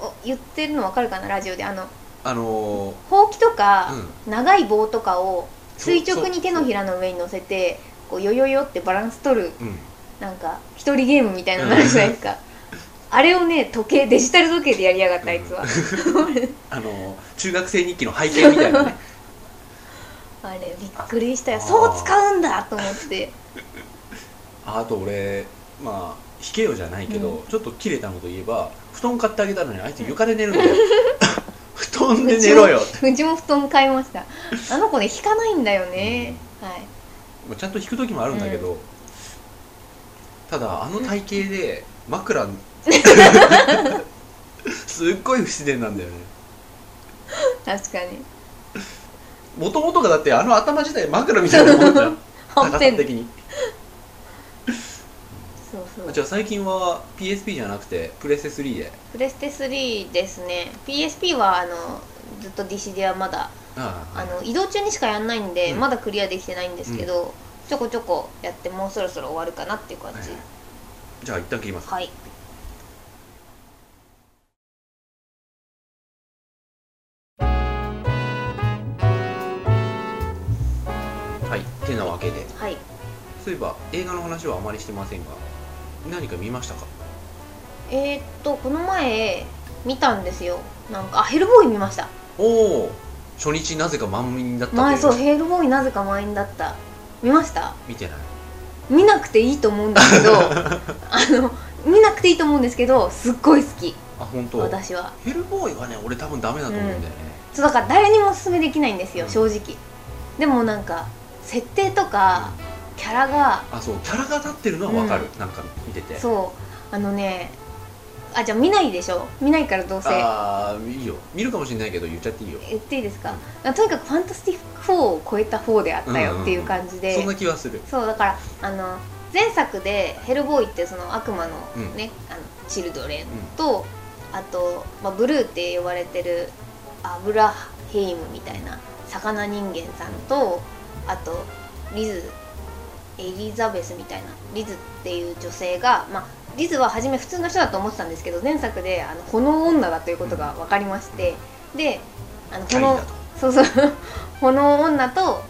[SPEAKER 1] お言ってるのわかるかなラジオであの
[SPEAKER 2] あのー
[SPEAKER 1] ほうきとか、
[SPEAKER 2] う
[SPEAKER 1] 長い棒とかを
[SPEAKER 2] そう
[SPEAKER 1] 垂直に手のひらの上に乗せてこうヨヨヨってバランス取る
[SPEAKER 2] うん、
[SPEAKER 1] なんか一人ゲームみたいなのあるじゃないですか、あれをね時計デジタル時計でやりやがったあいつは、
[SPEAKER 2] あのー中学生日記の背景みた いなね
[SPEAKER 1] あれびっくりしたよ
[SPEAKER 2] あ
[SPEAKER 1] そう使うんだと思って
[SPEAKER 2] ああと俺まあ引けよじゃないけど、
[SPEAKER 1] う
[SPEAKER 2] ちょっと切れたのといえば布団買ってあげたのにあいつ
[SPEAKER 1] うん
[SPEAKER 2] 床で寝る のよ布団で寝ろよ
[SPEAKER 1] うちも布団買いましたあの子ね引かないんだよね、はい
[SPEAKER 2] まあちゃんと引く時もあるんだけど、ただあの体型で 枕すっごい不自然なんだよね
[SPEAKER 1] 確かに
[SPEAKER 2] もともとがだってあの頭自体枕みたいなもん じゃん
[SPEAKER 1] はん
[SPEAKER 2] 高
[SPEAKER 1] ぺ
[SPEAKER 2] さ
[SPEAKER 1] ん
[SPEAKER 2] 的に
[SPEAKER 1] そうそう
[SPEAKER 2] じゃあ最近は PSP じゃなくてプレステ3で
[SPEAKER 1] プレステ3ですね PSP はあのずっと DC ではまだ、
[SPEAKER 2] あ
[SPEAKER 1] あの移動中にしかやんないんで、
[SPEAKER 2] うん
[SPEAKER 1] まだクリアできてないんですけど、ちょこちょこやってもうそろそろ終わるかなっていう感じ、
[SPEAKER 2] はいじゃあ一旦切ります
[SPEAKER 1] はい
[SPEAKER 2] はいてなわけで
[SPEAKER 1] はい
[SPEAKER 2] そういえば映画の話はあまりしてませんが何か見ましたか
[SPEAKER 1] えー、っとこの前見たんですよなんかあヘルボーイ見ました
[SPEAKER 2] おお初日なぜか満員だった
[SPEAKER 1] 前
[SPEAKER 2] けど
[SPEAKER 1] そうヘルボーイなぜか満員だった見ました
[SPEAKER 2] 見てない
[SPEAKER 1] 見なくていいと思うんですけ どあの見なくていいと思うんですけどすっごい好き
[SPEAKER 2] あ本当。
[SPEAKER 1] 私は
[SPEAKER 2] ヘルボーイはね俺多分ダメだと思うんだよね、
[SPEAKER 1] そうだから誰にもおすすめできないんですよ、
[SPEAKER 2] うん
[SPEAKER 1] 正直でもなんか設定とかキャラが
[SPEAKER 2] あそうキャラが立ってるのはわかる、
[SPEAKER 1] う
[SPEAKER 2] なんか見てて
[SPEAKER 1] そうあのねあじゃあ見ないでしょ見ないからどうせ
[SPEAKER 2] ああいいよ見るかもしれないけど言っちゃっていいよ
[SPEAKER 1] 言っていいですかとにかく「ファンタスティック4」を超えた方であったよっていう感じで、
[SPEAKER 2] そんな気はする
[SPEAKER 1] そうだからあの前作で「ヘルボーイ」ってその悪魔の
[SPEAKER 2] うん
[SPEAKER 1] ね、あのチルドレンと、あと、まあ、ブルーって呼ばれてるアブラヘイムみたいな魚人間さんとあとリズエリザベスみたいなリズっていう女性が、まあ、リズは初め普通の人だと思ってたんですけど前作であの炎女だということが分かりましてであの
[SPEAKER 2] チャリ
[SPEAKER 1] 炎
[SPEAKER 2] だと
[SPEAKER 1] そうそう 炎女とあの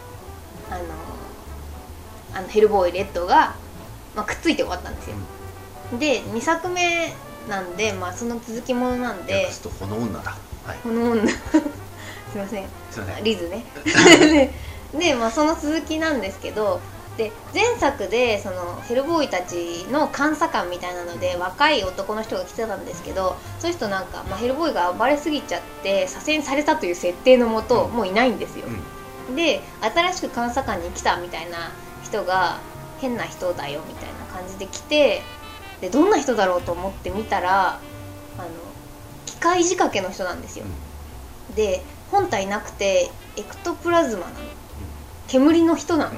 [SPEAKER 1] あのヘルボーイレッドが、まあ、くっついて終わったんですよ、で2作目なんで、まあ、その続きものなんで
[SPEAKER 2] 訳すとこの女だはい
[SPEAKER 1] この女 すいません
[SPEAKER 2] すいません
[SPEAKER 1] リズね でで、まあ、その続きなんですけどで前作でそのヘルボーイたちの監査官みたいなので若い男の人が来てたんですけどそういう人なんか、まあ、ヘルボーイが暴れすぎちゃって左遷されたという設定のもと、
[SPEAKER 2] うん
[SPEAKER 1] もういないんですよ、
[SPEAKER 2] う
[SPEAKER 1] で新しく監査官に来たみたいな人が変な人だよみたいな感じで来てでどんな人だろうと思って見たらあの機械仕掛けの人なんですよ
[SPEAKER 2] ん、
[SPEAKER 1] で本体なくてエクトプラズマなの煙の人な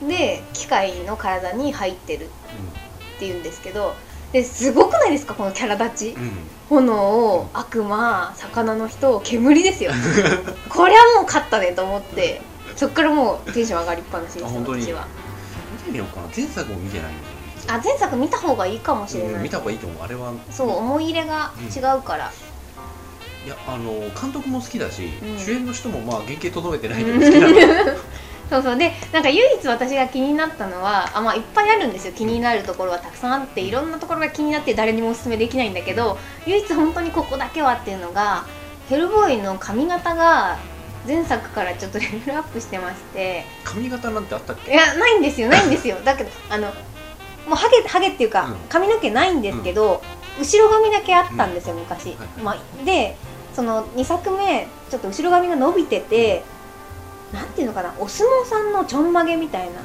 [SPEAKER 1] の、で機械の体に入ってるっていうんですけどですごくないですかこのキャラ立ち
[SPEAKER 2] うんうん
[SPEAKER 1] 炎悪魔魚の人煙です よこれはもう勝ったねと思ってそっからもうテンション上がりっぱなしです
[SPEAKER 2] あ本当に
[SPEAKER 1] 私は
[SPEAKER 2] 見てみようかな前作も見てないんだよね
[SPEAKER 1] あ前作見た方がいいかもしれ
[SPEAKER 2] う
[SPEAKER 1] なんい、
[SPEAKER 2] 見た方がいいと思うあれは
[SPEAKER 1] そう思い入れが違うから、
[SPEAKER 2] いやあの監督も好きだし、
[SPEAKER 1] うん
[SPEAKER 2] 主演の人もまあ原型とどめてないけど好きなのよ
[SPEAKER 1] そうそうでなんか唯一私が気になったのはあ、まあ、いっぱいあるんですよ気になるところはたくさんあっていろんなところが気になって誰にもおすすめできないんだけど唯一本当にここだけはっていうのがヘルボーイの髪型が前作からちょっとレベルアップしてまして
[SPEAKER 2] 髪型なんてあったっ
[SPEAKER 1] い
[SPEAKER 2] け
[SPEAKER 1] やないんですよないんですよだけどあのもうハゲハゲっていうか、
[SPEAKER 2] うん
[SPEAKER 1] 髪の毛ないんですけど、後ろ髪だけあったんですよ昔、
[SPEAKER 2] はいはい
[SPEAKER 1] まあ、でその2作目ちょっと後ろ髪が伸びててなんていうのかなお相撲さんのちょんまげみたいな、
[SPEAKER 2] はいはい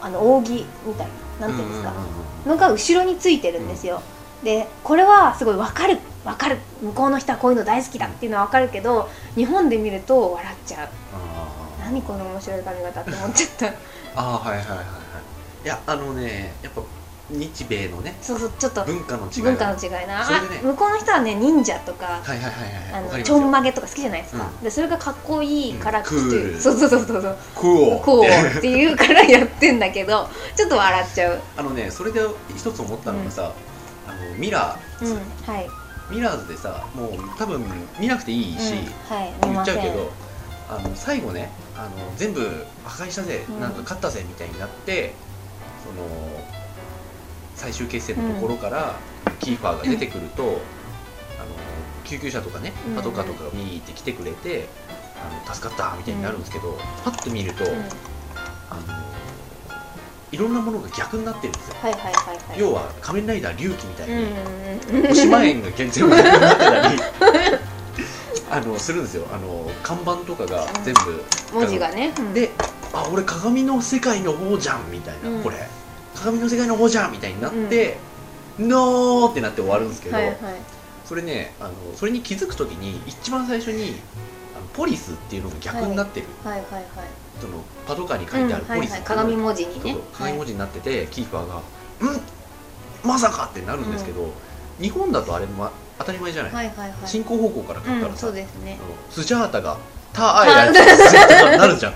[SPEAKER 1] あの扇みたいななんていうんですか、
[SPEAKER 2] うんうんうん
[SPEAKER 1] のが後ろについてるんですよ、でこれはすごい分かる分かる向こうの人はこういうの大好きだっていうのは分かるけど日本で見ると笑っちゃう
[SPEAKER 2] あ
[SPEAKER 1] 何この面白い髪型って思っちゃった
[SPEAKER 2] ーあーはいはいはいはいいやあのねやっぱ日米のね
[SPEAKER 1] そうそうちょっと
[SPEAKER 2] 文化の違いは
[SPEAKER 1] 文化の違いな、
[SPEAKER 2] それでね
[SPEAKER 1] あ向こうの人はね忍者とか、
[SPEAKER 2] はいはいはいはい
[SPEAKER 1] あの
[SPEAKER 2] わかります
[SPEAKER 1] ちょんまげとか好きじゃないですか、
[SPEAKER 2] う
[SPEAKER 1] でそれがかっこいいから
[SPEAKER 2] うん
[SPEAKER 1] きっという
[SPEAKER 2] クール
[SPEAKER 1] そうそうそうそうそう
[SPEAKER 2] クオ
[SPEAKER 1] こうっていうからやってんだけどちょっと笑っちゃう
[SPEAKER 2] あのねそれで一つ思ったのがさ、あのミラー
[SPEAKER 1] う
[SPEAKER 2] ズ、
[SPEAKER 1] んはい、
[SPEAKER 2] ミラーズでさもう多分見なくていいし、
[SPEAKER 1] うん、はい見
[SPEAKER 2] 言っ
[SPEAKER 1] ま
[SPEAKER 2] ち
[SPEAKER 1] せ
[SPEAKER 2] ゃ
[SPEAKER 1] ん
[SPEAKER 2] うけどあの最後ねあの全部破壊したぜ、
[SPEAKER 1] うん
[SPEAKER 2] なんか勝ったぜみたいになってその最終決戦のところからキーパーが出てくると、あの救急車とかね
[SPEAKER 1] うん
[SPEAKER 2] パトカーとかがビーって来てくれて、あの助かったみたいになるんですけど、パッと見ると、
[SPEAKER 1] うん、
[SPEAKER 2] あのいろんなものが逆になってるんですよ。
[SPEAKER 1] はいはいはいはい
[SPEAKER 2] 要は仮面ライダー龍騎みたいに、
[SPEAKER 1] うんうんうん
[SPEAKER 2] おしまえんが現状になったり あのするんですよあの看板とかが全部、
[SPEAKER 1] 文字がね、うん
[SPEAKER 2] であ俺鏡の世界の方じゃんみたいな、
[SPEAKER 1] うん
[SPEAKER 2] これ鏡の世界の方じゃんみたいになって、ノーってなって終わるんですけど、
[SPEAKER 1] はいはい
[SPEAKER 2] それねあのそれに気づく時に一番最初にあのポリスっていうのが逆になってる、
[SPEAKER 1] はいはいはい
[SPEAKER 2] そのパトカーに書いてある
[SPEAKER 1] うん
[SPEAKER 2] ポ
[SPEAKER 1] はい
[SPEAKER 2] リス
[SPEAKER 1] はい
[SPEAKER 2] っていうのが
[SPEAKER 1] 鏡文字に
[SPEAKER 2] そう
[SPEAKER 1] ね
[SPEAKER 2] そう鏡文字になってて、キーパーが「うんまさか!」ってなるんですけど、日本だとあれ、ま、当たり前じゃない、
[SPEAKER 1] はいはいはいはい
[SPEAKER 2] 進行方向から書くか
[SPEAKER 1] う
[SPEAKER 2] ら
[SPEAKER 1] ん
[SPEAKER 2] さ、
[SPEAKER 1] そうですね
[SPEAKER 2] あのスジャータが「ターアイライト」ってなるじゃん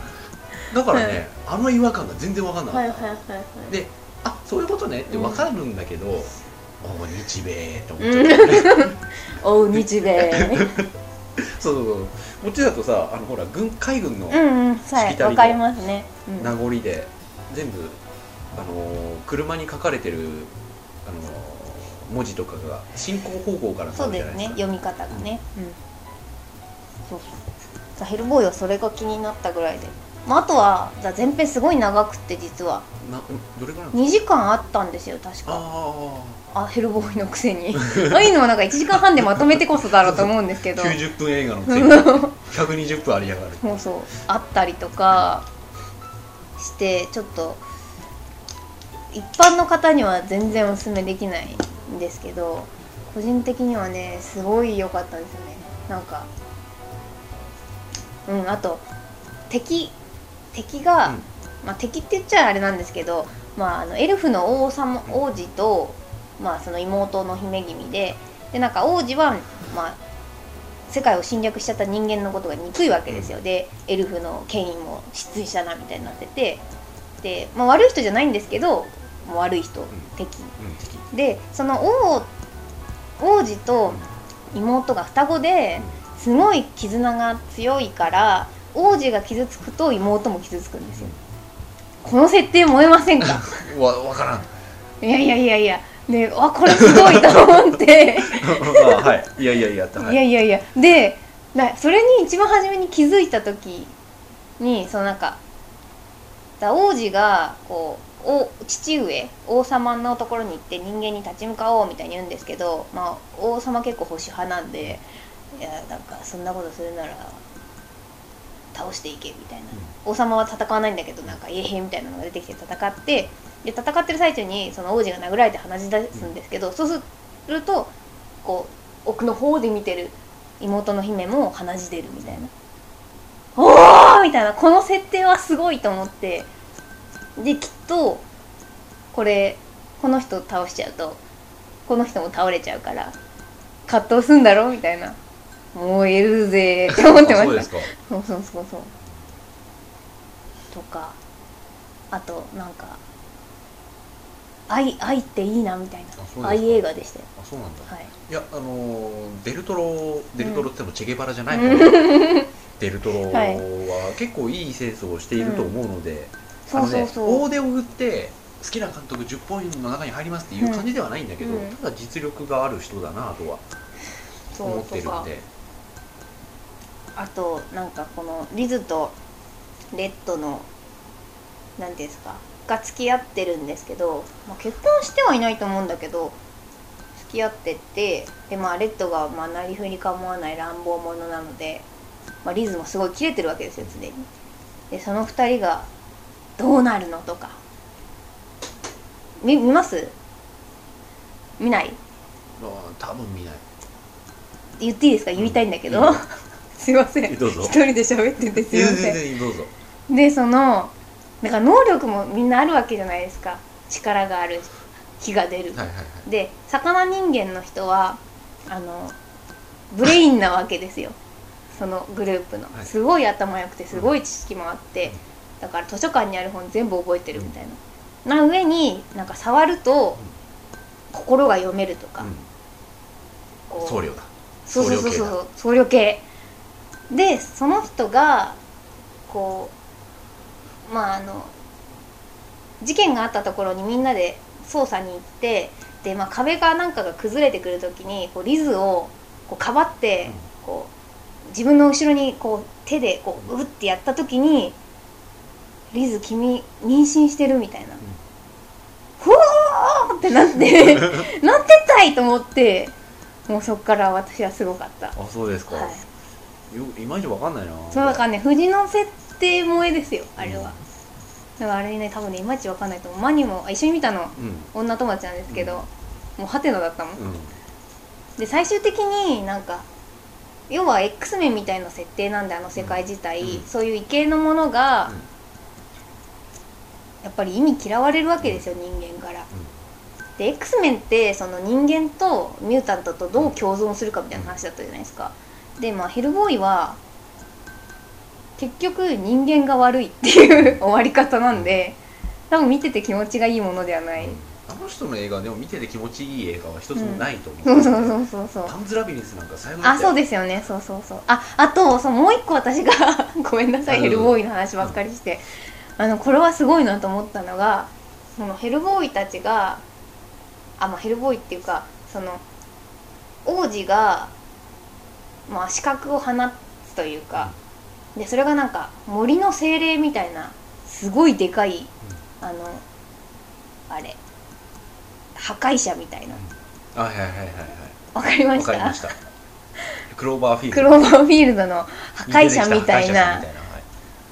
[SPEAKER 2] だからね、あの違和感が全然分かんなか
[SPEAKER 1] は
[SPEAKER 2] っ
[SPEAKER 1] い
[SPEAKER 2] た、
[SPEAKER 1] はいはいはい
[SPEAKER 2] であそういうことねって分かるんだけど、おお日米って思っちゃ
[SPEAKER 1] う
[SPEAKER 2] うん
[SPEAKER 1] おう日 米
[SPEAKER 2] そうそうそうこっちだとさあのほら軍海軍の
[SPEAKER 1] うんうんは
[SPEAKER 2] しきたり
[SPEAKER 1] い
[SPEAKER 2] の
[SPEAKER 1] わかりますね、うん
[SPEAKER 2] 名残で全部、あのー車に書かれてる、あのー文字とかが進行方向から
[SPEAKER 1] そう
[SPEAKER 2] るじ
[SPEAKER 1] で
[SPEAKER 2] ゃな
[SPEAKER 1] すね
[SPEAKER 2] いですか
[SPEAKER 1] 読み方がね、うんそうそうさヘルボーイはそれが気になったぐらいで、まあ、あとはさ前編すごい長くって実は
[SPEAKER 2] などれぐらいなの
[SPEAKER 1] 2時間あったんですよ確か
[SPEAKER 2] あ
[SPEAKER 1] あヘルボーイのくせに ああいうのはなんか1時間半でまとめてこそだろうと思うんですけ
[SPEAKER 2] あ
[SPEAKER 1] ど
[SPEAKER 2] 90分映画のくせに120分ありやがる
[SPEAKER 1] もうそうあったりとかしてちょっと一般の方には全然おすすめできないんですけど個人的にはねすごい良かったんですよねなんかうんあと敵敵が、
[SPEAKER 2] うん
[SPEAKER 1] まあ、敵って言っちゃあれなんですけど、まあ、あのエルフの王様王子と、まあ、その妹の姫君ででなんか王子は、まあ、世界を侵略しちゃった人間のことが憎いわけですよでエルフの権威も失墜したなみたいになっててで、まあ、悪い人じゃないんですけどもう悪い人、敵
[SPEAKER 2] うん敵
[SPEAKER 1] でその王王子と妹が双子ですごい絆が強いから王子が傷つくと妹も傷つくんですよこの設定燃えません か
[SPEAKER 2] うんわ分からん
[SPEAKER 1] いやいやいやいやであこれすごいと思って
[SPEAKER 2] あはいいやいやいやってはい
[SPEAKER 1] いやいやいやでなそれに一番初めに気づいた時にそのなんかだ王子がこうお父上王様のところに行って人間に立ち向かおうみたいに言うんですけど、まあ、王様結構保守派なんでいやなんかそんなことするなら倒していけみたいな、王様は戦わないんだけどなんか衛兵みたいなのが出てきて戦ってで戦ってる最中にその王子が殴られて話し出すんですけど、そうするとこう奥の方で見てる妹の姫も鼻血出るみたいなおーみたいなこの設定はすごいと思ってできっとこれこの人倒しちゃうとこの人も倒れちゃうから葛藤すんだろみたいな燃えるぜーって思ってま
[SPEAKER 2] あそ
[SPEAKER 1] し
[SPEAKER 2] うで
[SPEAKER 1] た
[SPEAKER 2] すか
[SPEAKER 1] そうそうそうそうとかあとなんか愛愛っていいなみたい
[SPEAKER 2] あそうです
[SPEAKER 1] な
[SPEAKER 2] か
[SPEAKER 1] 愛映画でしたよ
[SPEAKER 2] あそうなんだ、
[SPEAKER 1] はい
[SPEAKER 2] い、やあのーデルトロデルトロって言ってもチェゲバラじゃない方、 デルトロ
[SPEAKER 1] はい
[SPEAKER 2] は結構いいセンスをしていると思うので、あ
[SPEAKER 1] そ
[SPEAKER 2] の
[SPEAKER 1] うそ
[SPEAKER 2] ね
[SPEAKER 1] うそう、
[SPEAKER 2] 大手を振って好きな監督10本の中に入りますっていう感じではないんだけど、
[SPEAKER 1] うんうん
[SPEAKER 2] ただ実力がある人だなとは
[SPEAKER 1] そ
[SPEAKER 2] 思
[SPEAKER 1] う
[SPEAKER 2] ってる
[SPEAKER 1] と
[SPEAKER 2] んで
[SPEAKER 1] かあとなんかこのリズとレッドのなんていうんですかが付き合ってるんですけど、まあ、結婚してはいないと思うんだけど付き合っててでまあレッドがまあなりふり構わない乱暴者なので、まあ、リズもすごいキレてるわけですよ常に。でその2人がどうなるのとかみ見ます見ない
[SPEAKER 2] まあ多分見ない
[SPEAKER 1] 言っていいですか言いたいんだけど、
[SPEAKER 2] うん
[SPEAKER 1] すいません
[SPEAKER 2] どうぞ
[SPEAKER 1] 一人で喋っててすいません
[SPEAKER 2] 然どうぞ
[SPEAKER 1] でそのだから能力もみんなあるわけじゃないですか力がある火が出る、
[SPEAKER 2] はいはいはい
[SPEAKER 1] で魚人間の人はあのブレインなわけですよ そのグループの、
[SPEAKER 2] はい
[SPEAKER 1] すごい頭良くてすごい知識もあって、だから図書館にある本全部覚えてるみたいな、な上になんか触ると心が読めるとか、こ
[SPEAKER 2] うん、
[SPEAKER 1] う
[SPEAKER 2] 僧侶だ
[SPEAKER 1] そうそうそう
[SPEAKER 2] 僧侶系だ
[SPEAKER 1] そう僧侶系でその人がこうまああの事件があったところにみんなで捜査に行ってで、まあ、壁がなんかが崩れてくるときにこうリズをこうかばって
[SPEAKER 2] うん
[SPEAKER 1] こう自分の後ろにこう手でこううってやったときに「リズ君妊娠してる」みたいな「ふおー!」ってなって なってたいと思ってもうそっから私はすごかった。
[SPEAKER 2] あそうですか、
[SPEAKER 1] はい
[SPEAKER 2] よいまいちわかんないな
[SPEAKER 1] そうだからね藤の設定萌えですよあれ
[SPEAKER 2] うん
[SPEAKER 1] は、だからあれね多分ねいまいちわかんないと思うマニもあ一緒に見たの
[SPEAKER 2] うん
[SPEAKER 1] 女友達なんですけど、
[SPEAKER 2] うん
[SPEAKER 1] もうハテナだったもん、
[SPEAKER 2] うん
[SPEAKER 1] で最終的になんか要は X メンみたいな設定なんであの世界自体、
[SPEAKER 2] うん
[SPEAKER 1] そういう異形のものが、
[SPEAKER 2] うん
[SPEAKER 1] やっぱり意味嫌われるわけですよ、人間からで X メンってその人間とミュータントとどう共存するかみたいな話だったじゃないですかでまあヘルボーイは結局人間が悪いっていう終わり方なんで多分見てて気持ちがいいものではない、
[SPEAKER 2] うんあの人の映画でも見てて気持ちいい映画は一つもないと思う、
[SPEAKER 1] そうそうそうそうそう
[SPEAKER 2] パンズラビリンスなんか最後
[SPEAKER 1] あそう
[SPEAKER 2] す
[SPEAKER 1] ですよねそうそうそうああとそうもう一個私が ごめんなさい
[SPEAKER 2] あど
[SPEAKER 1] ヘ
[SPEAKER 2] うぞ
[SPEAKER 1] ルボーイの話ばっかりして、あのこれはすごいなと思ったのがそのヘルボーイたちがあまあヘルボーイっていうかその王子がまあ視覚を放つというかでそれがなんか森の精霊みたいなすごいでかい、あのあれ破壊者みたいな
[SPEAKER 2] あはいはいはいはい
[SPEAKER 1] わかり
[SPEAKER 2] はい
[SPEAKER 1] ま
[SPEAKER 2] わ
[SPEAKER 1] し
[SPEAKER 2] かり
[SPEAKER 1] た
[SPEAKER 2] ましたクローバーフィールド
[SPEAKER 1] クローバーフィールドの破壊者みたいな
[SPEAKER 2] 出てき破壊者みたいはい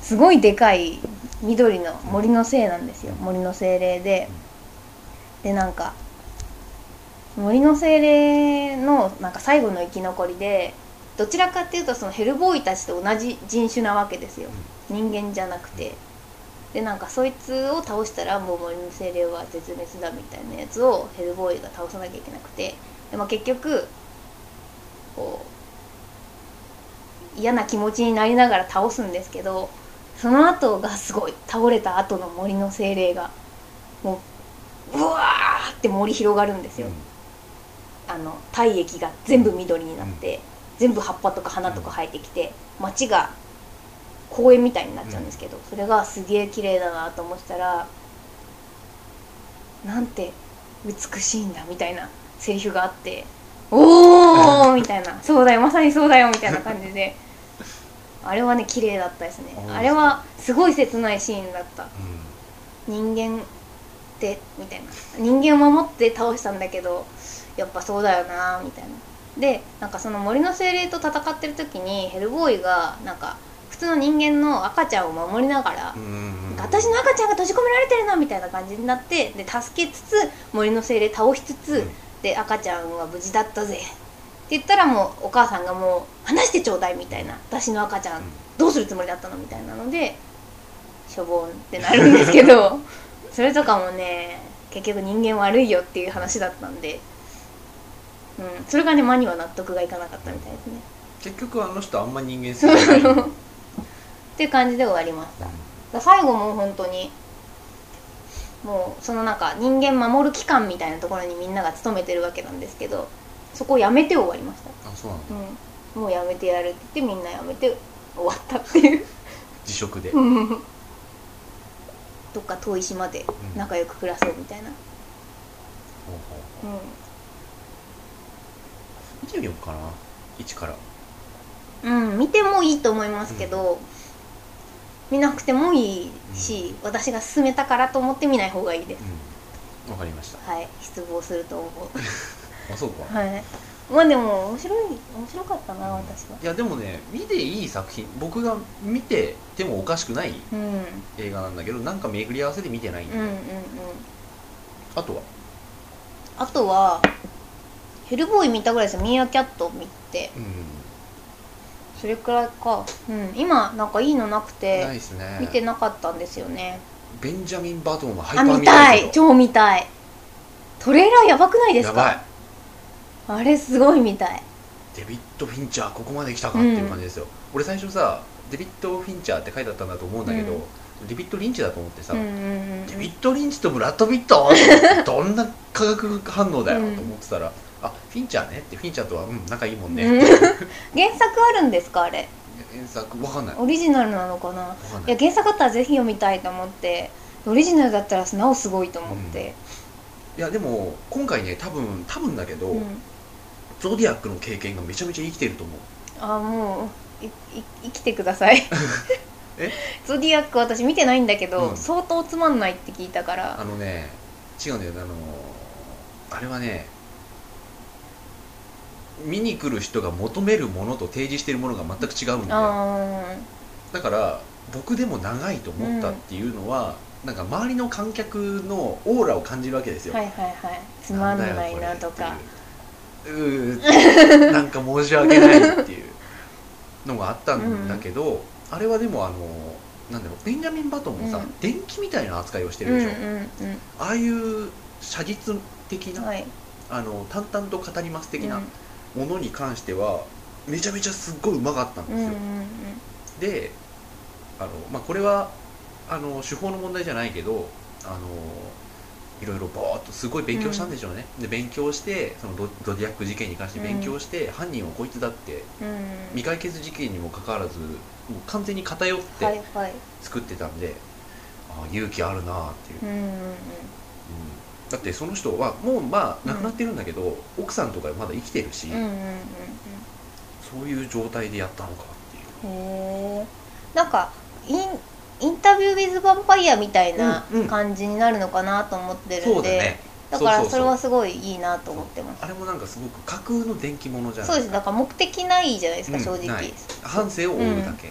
[SPEAKER 1] すごいでかい緑の森のせいなんですよ森の精霊ででなんか森の精霊のなんか最後の生き残りでどちらかっていうとそのヘルボーイたちと同じ人種なわけですよ人間じゃなくてでなんかそいつを倒したらもう森の精霊は絶滅だみたいなやつをヘルボーイが倒さなきゃいけなくてで、まあ、結局こう嫌な気持ちになりながら倒すんですけどその後がすごい倒れた後の森の精霊がもううわーって森広がるんですよ、あの体液が全部緑になって、全部葉っぱとか花とか生えてきて街が公園みたいになっちゃうんですけど、それがすげえ綺麗だなと思ってたらなんて美しいんだみたいなセリフがあっておーみたいなそうだよまさにそうだよみたいな感じ であれはね綺麗だったですね
[SPEAKER 2] あ
[SPEAKER 1] あれはすごい切ないシーンだった
[SPEAKER 2] うん
[SPEAKER 1] 人間ってみたいな人間を守って倒したんだけどやっぱそうだよなみたいなでなんかその森の精霊と戦ってる時にヘルボーイがなんか普通の人間の赤ちゃんを守りながら、
[SPEAKER 2] うんうん
[SPEAKER 1] 私の赤ちゃんが閉じ込められてるなみたいな感じになってで助けつつ森の精霊倒しつつ、
[SPEAKER 2] うん
[SPEAKER 1] で赤ちゃんは無事だったぜって言ったらもうお母さんがもう「話してちょうだい」みたいな「私の赤ちゃんどうするつもりだったの?」みたいなのでしょぼんってなるんですけど それとかもね結局人間悪いよっていう話だったんで、うん、それがねマには納得がいかなかったみたいですね。
[SPEAKER 2] 結局あの人あんま人間 性がないうん
[SPEAKER 1] っていう感じで終わりました。だから最後もう本当にもうそのなんか人間守る機関みたいなところにみんなが勤めてるわけなんですけどそこをやめて終わりました、
[SPEAKER 2] あそうなんだ
[SPEAKER 1] うん、もうやめてやるって言ってみんなやめて終わったって いう
[SPEAKER 2] 辞職で、
[SPEAKER 1] うんどっか遠い島で仲良く暮らそうみたいな、
[SPEAKER 2] ほうほうほ
[SPEAKER 1] う
[SPEAKER 2] う見てみようかな一から
[SPEAKER 1] んうん、見てもいいと思いますけど、見なくてもいいし、私が勧めたからと思って見ない方がいいです、
[SPEAKER 2] うんわかりました
[SPEAKER 1] はい失望すると思う
[SPEAKER 2] あそうか、
[SPEAKER 1] はいまあでも面白い面白かったな私はい
[SPEAKER 2] やでもね見ていい作品僕が見ててもおかしくない
[SPEAKER 1] うんうんうん
[SPEAKER 2] 映画なんだけどなんか巡り合わせで見てないんで、
[SPEAKER 1] うん
[SPEAKER 2] あとは
[SPEAKER 1] あとはヘルボーイ見たぐらいですよミーアキャット見て
[SPEAKER 2] うん
[SPEAKER 1] それくらいかうん今なんかいいのなく
[SPEAKER 2] ない
[SPEAKER 1] て
[SPEAKER 2] ですね
[SPEAKER 1] 見てなかったんですよね
[SPEAKER 2] ベンジャミン・バトンはハイパ
[SPEAKER 1] あ
[SPEAKER 2] ー
[SPEAKER 1] 見
[SPEAKER 2] 見た
[SPEAKER 1] た
[SPEAKER 2] い
[SPEAKER 1] い超見たいトレーラーやばくないです
[SPEAKER 2] や
[SPEAKER 1] か
[SPEAKER 2] ばい
[SPEAKER 1] あれすごいみたい
[SPEAKER 2] デビッド・フィンチャーここまで来たかっていう感じですよ、俺最初さデビッド・フィンチャーって書いてあったんだと思うんだけど、
[SPEAKER 1] うん
[SPEAKER 2] デビッド・リンチだと思ってさ、
[SPEAKER 1] うんうんうん
[SPEAKER 2] デビッド・リンチとブラッド・ビット ってどんな化学反応だよと思ってたら、あフィンチャーねってフィンチャーとはうん仲いいもんね、
[SPEAKER 1] うん 原作あるんですかあれ
[SPEAKER 2] 原作わかんないわ
[SPEAKER 1] オリジナルなのかな
[SPEAKER 2] かん
[SPEAKER 1] い
[SPEAKER 2] ない
[SPEAKER 1] や原作あったらぜひ読みたいと思ってオリジナルだったらなおすごいと思って、
[SPEAKER 2] いやでも今回ね多分多分だけど、
[SPEAKER 1] うん
[SPEAKER 2] ゾディアックの経験がめちゃめちゃ生きてると思う
[SPEAKER 1] あもういい生きてください
[SPEAKER 2] え
[SPEAKER 1] ゾディアック私見てないんだけど、
[SPEAKER 2] うん
[SPEAKER 1] 相当つまんないって聞いたから
[SPEAKER 2] あのね違うんだよねあのあれはね見に来る人が求めるものと提示してるものが全く違うんだよ
[SPEAKER 1] あ
[SPEAKER 2] だから僕でも長いと思ったっていうのは、なんか周りの観客のオーラを感じるわけです
[SPEAKER 1] ー
[SPEAKER 2] よ、
[SPEAKER 1] はいはいはいつまんないなとか
[SPEAKER 2] うーなんか申し訳ないっていうのがあったんだけど、あれはでもあのなんだろうベンジャミン・バトンもさ、
[SPEAKER 1] うん
[SPEAKER 2] 電気みたいな扱いをして
[SPEAKER 1] うん
[SPEAKER 2] る
[SPEAKER 1] う
[SPEAKER 2] で
[SPEAKER 1] ん
[SPEAKER 2] しょ、
[SPEAKER 1] う
[SPEAKER 2] ああいう写実的
[SPEAKER 1] ん
[SPEAKER 2] な、
[SPEAKER 1] はい
[SPEAKER 2] あの淡々と語ります的
[SPEAKER 1] う
[SPEAKER 2] なんものに関しては、めちゃめちゃすっごいうまかったんで
[SPEAKER 1] うん
[SPEAKER 2] す
[SPEAKER 1] う
[SPEAKER 2] よ
[SPEAKER 1] ん、
[SPEAKER 2] であの、まあ、これはあの手法の問題じゃないけどあのいろいろぼーっとすごい勉強したんでしょうね、で勉強してそのドドディアック事件に関して勉強して、犯人をこいつだって
[SPEAKER 1] うん
[SPEAKER 2] 未解決事件にもかかわらずもう完全に偏っ
[SPEAKER 1] はい
[SPEAKER 2] て
[SPEAKER 1] はい
[SPEAKER 2] 作ってたんで、あー勇気あるなーっていう、
[SPEAKER 1] う
[SPEAKER 2] うん
[SPEAKER 1] んうんうん
[SPEAKER 2] だってその人はもうまあ亡くなってるんだけど、奥さんとかまだ生きてるし、
[SPEAKER 1] うんうんうんうん
[SPEAKER 2] そういう状態でやったのかっていう
[SPEAKER 1] へえなんかインインタビュー・ウィズ・ヴァンパイアみたいな
[SPEAKER 2] うんうん
[SPEAKER 1] 感じになるのかなと思ってるんで、
[SPEAKER 2] そうだね
[SPEAKER 1] だから
[SPEAKER 2] そうそうそう
[SPEAKER 1] それはすごいいいなと思ってます
[SPEAKER 2] あれもなんかすごく架空の電気物じゃ
[SPEAKER 1] そ
[SPEAKER 2] な
[SPEAKER 1] う
[SPEAKER 2] い
[SPEAKER 1] ですだから目的ないじゃないですか、
[SPEAKER 2] うん
[SPEAKER 1] 正直
[SPEAKER 2] ない反省を負うだけ、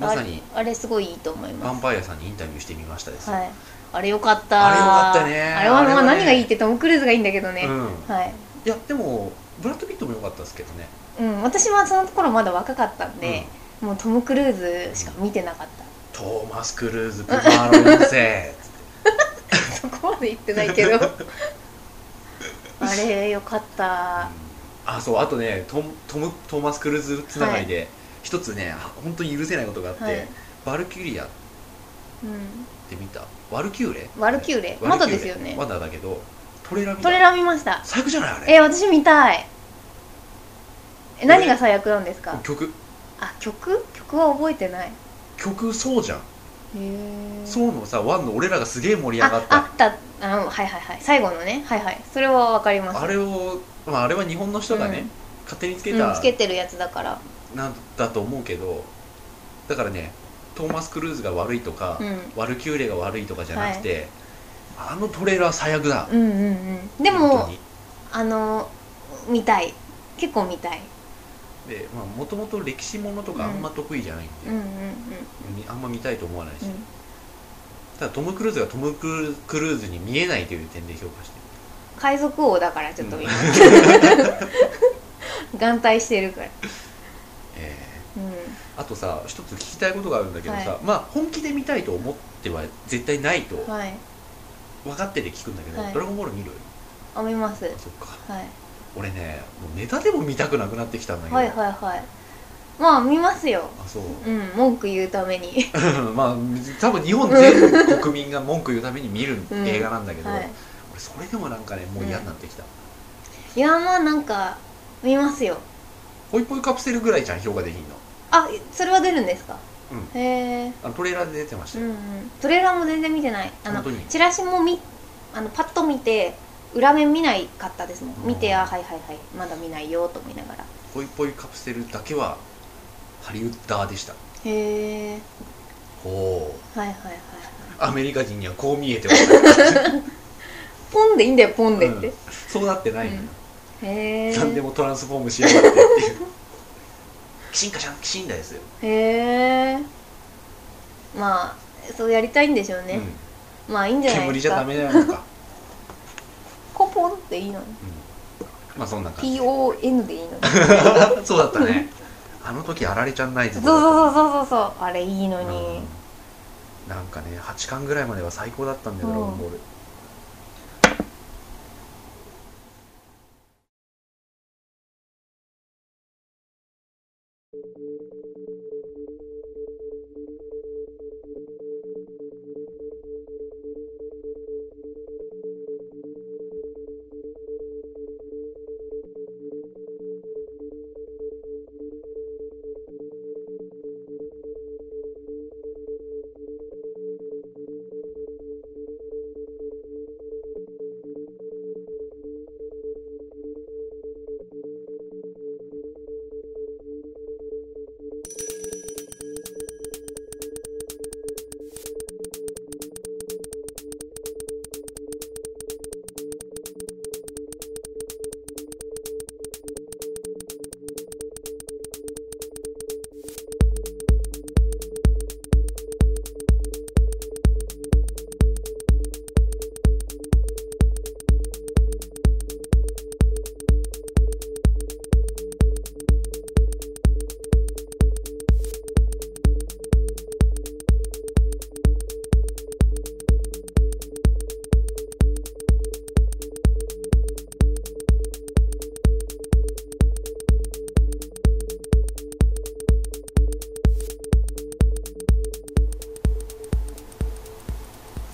[SPEAKER 2] まさに
[SPEAKER 1] あれあれすごいいいと思い
[SPEAKER 2] ヴァ
[SPEAKER 1] ま
[SPEAKER 2] ン
[SPEAKER 1] す
[SPEAKER 2] パイアさんにインタビューしてみましたですよ
[SPEAKER 1] はいあれよかった
[SPEAKER 2] あれよかったね
[SPEAKER 1] あれは
[SPEAKER 2] あれ
[SPEAKER 1] ま
[SPEAKER 2] は
[SPEAKER 1] あ
[SPEAKER 2] ね
[SPEAKER 1] 何がいいってトム・クルーズがいいんだけどね、
[SPEAKER 2] うん、
[SPEAKER 1] はい
[SPEAKER 2] いやでもブラッド・ピットも良かったですけどね
[SPEAKER 1] うん、私はその頃まだ若かったんで、もうトム・クルーズしか見てなかっ
[SPEAKER 2] トーマス・クルーズ・プマーロ4世
[SPEAKER 1] た、 そこまで言ってないけ どあれよかった
[SPEAKER 2] あそうあとねトムトムトーマス・クルーズつながりで、一つねあ本当に許せないことがあって、
[SPEAKER 1] はい
[SPEAKER 2] バルキュリアっ
[SPEAKER 1] う
[SPEAKER 2] て見たワルキューレ
[SPEAKER 1] ワルキューレ
[SPEAKER 2] ワルキュ
[SPEAKER 1] まだ
[SPEAKER 2] ーレ
[SPEAKER 1] ですよね
[SPEAKER 2] まだだけどトレラ見
[SPEAKER 1] ん、
[SPEAKER 2] た
[SPEAKER 1] トレラ見ました
[SPEAKER 2] 最悪じゃないあれ
[SPEAKER 1] え私見たいえ何が最悪なんですか
[SPEAKER 2] 曲
[SPEAKER 1] あ曲曲は覚えてないへ
[SPEAKER 2] 曲そうじゃん
[SPEAKER 1] え
[SPEAKER 2] そうのさワンの俺らがすげえ盛り上が
[SPEAKER 1] あ
[SPEAKER 2] っ
[SPEAKER 1] あ
[SPEAKER 2] た
[SPEAKER 1] ったあのはいはいはい最後のねはいはいそれはわかります
[SPEAKER 2] あれを、まあ、あれは日本の人がね、
[SPEAKER 1] うん
[SPEAKER 2] 勝手につけ
[SPEAKER 1] うん、
[SPEAKER 2] た
[SPEAKER 1] つけてるやつだから
[SPEAKER 2] なんだと思うけどだからねトーマス・クルーズが悪いとか、
[SPEAKER 1] うん
[SPEAKER 2] ワルキューレが悪いとかじゃなくて、あのトレーラー最悪だ、
[SPEAKER 1] うんうんうんで
[SPEAKER 2] 本当
[SPEAKER 1] も
[SPEAKER 2] に
[SPEAKER 1] あの見たい結構見たい
[SPEAKER 2] でまあもともと歴史ものとかあんま得意じゃないん
[SPEAKER 1] う
[SPEAKER 2] で
[SPEAKER 1] んうん、うん
[SPEAKER 2] みあんま見たいと思わないし、
[SPEAKER 1] うん
[SPEAKER 2] ただトム・クルーズがトムクルー・クルーズに見えないという点で評価して
[SPEAKER 1] 海賊王だからちょっと今 眼帯してるから
[SPEAKER 2] る、えー
[SPEAKER 1] う
[SPEAKER 2] あとさ一つ聞きたいことがあるんだけどさ、
[SPEAKER 1] は
[SPEAKER 2] まあ本気で見たいと思っては絶対ないと
[SPEAKER 1] んはい
[SPEAKER 2] 分かってて聞くんだけど「
[SPEAKER 1] はい
[SPEAKER 2] ドラゴンボール」見る
[SPEAKER 1] あ見ます
[SPEAKER 2] そっか
[SPEAKER 1] はい
[SPEAKER 2] 俺ねもうネタでも見たくなくなってきたんだけど、
[SPEAKER 1] はいはいはいまあ見ますよ
[SPEAKER 2] あそう
[SPEAKER 1] うん文句言うために
[SPEAKER 2] まあ多分日本全国民が文句言うために見る
[SPEAKER 1] うん
[SPEAKER 2] 映画なんだけど、
[SPEAKER 1] はい
[SPEAKER 2] 俺それでもなんかねもう嫌になってきた、
[SPEAKER 1] いやまあなんか見ますよ
[SPEAKER 2] ホイポイカプセルぐらいじゃん評価できんの
[SPEAKER 1] あそれは出るんですか、
[SPEAKER 2] う
[SPEAKER 1] へえ
[SPEAKER 2] あのトレーラーで出てまし
[SPEAKER 1] う
[SPEAKER 2] た
[SPEAKER 1] んう
[SPEAKER 2] よ、
[SPEAKER 1] んトレーラーも全然見てないあの
[SPEAKER 2] 本当に
[SPEAKER 1] チラシもみあのパッと見て裏面見ないかったですもん見てあはいはいはいまだ見ないよと思いながら
[SPEAKER 2] ホイポイカプセルだけはハリウッダーでした
[SPEAKER 1] へえ
[SPEAKER 2] ほう
[SPEAKER 1] はいはいはい
[SPEAKER 2] アメリカ人にはこう見えてます
[SPEAKER 1] ポンでいいんだよポンでって、
[SPEAKER 2] うんそうなってないのよ、
[SPEAKER 1] へえ
[SPEAKER 2] 何でもトランスフォームしやがってっていう キシンカシャンキシンだですよ、
[SPEAKER 1] へえまあそうやりたいんでしょうね、
[SPEAKER 2] う
[SPEAKER 1] まあいいん
[SPEAKER 2] ん、
[SPEAKER 1] じゃない
[SPEAKER 2] 煙
[SPEAKER 1] で
[SPEAKER 2] じ
[SPEAKER 1] す
[SPEAKER 2] ゃダ
[SPEAKER 1] か
[SPEAKER 2] メなのか、
[SPEAKER 1] コポンっていいのに
[SPEAKER 2] うん、まあそんな感じ
[SPEAKER 1] PON でいいのに
[SPEAKER 2] そうだったねあの時あられちゃんない
[SPEAKER 1] そ
[SPEAKER 2] ぞ
[SPEAKER 1] うそうそうそうそうあれいいのに、
[SPEAKER 2] うんなんかね8巻ぐらいまでは最高だったんだよ、
[SPEAKER 1] うん
[SPEAKER 2] ドラゴンボール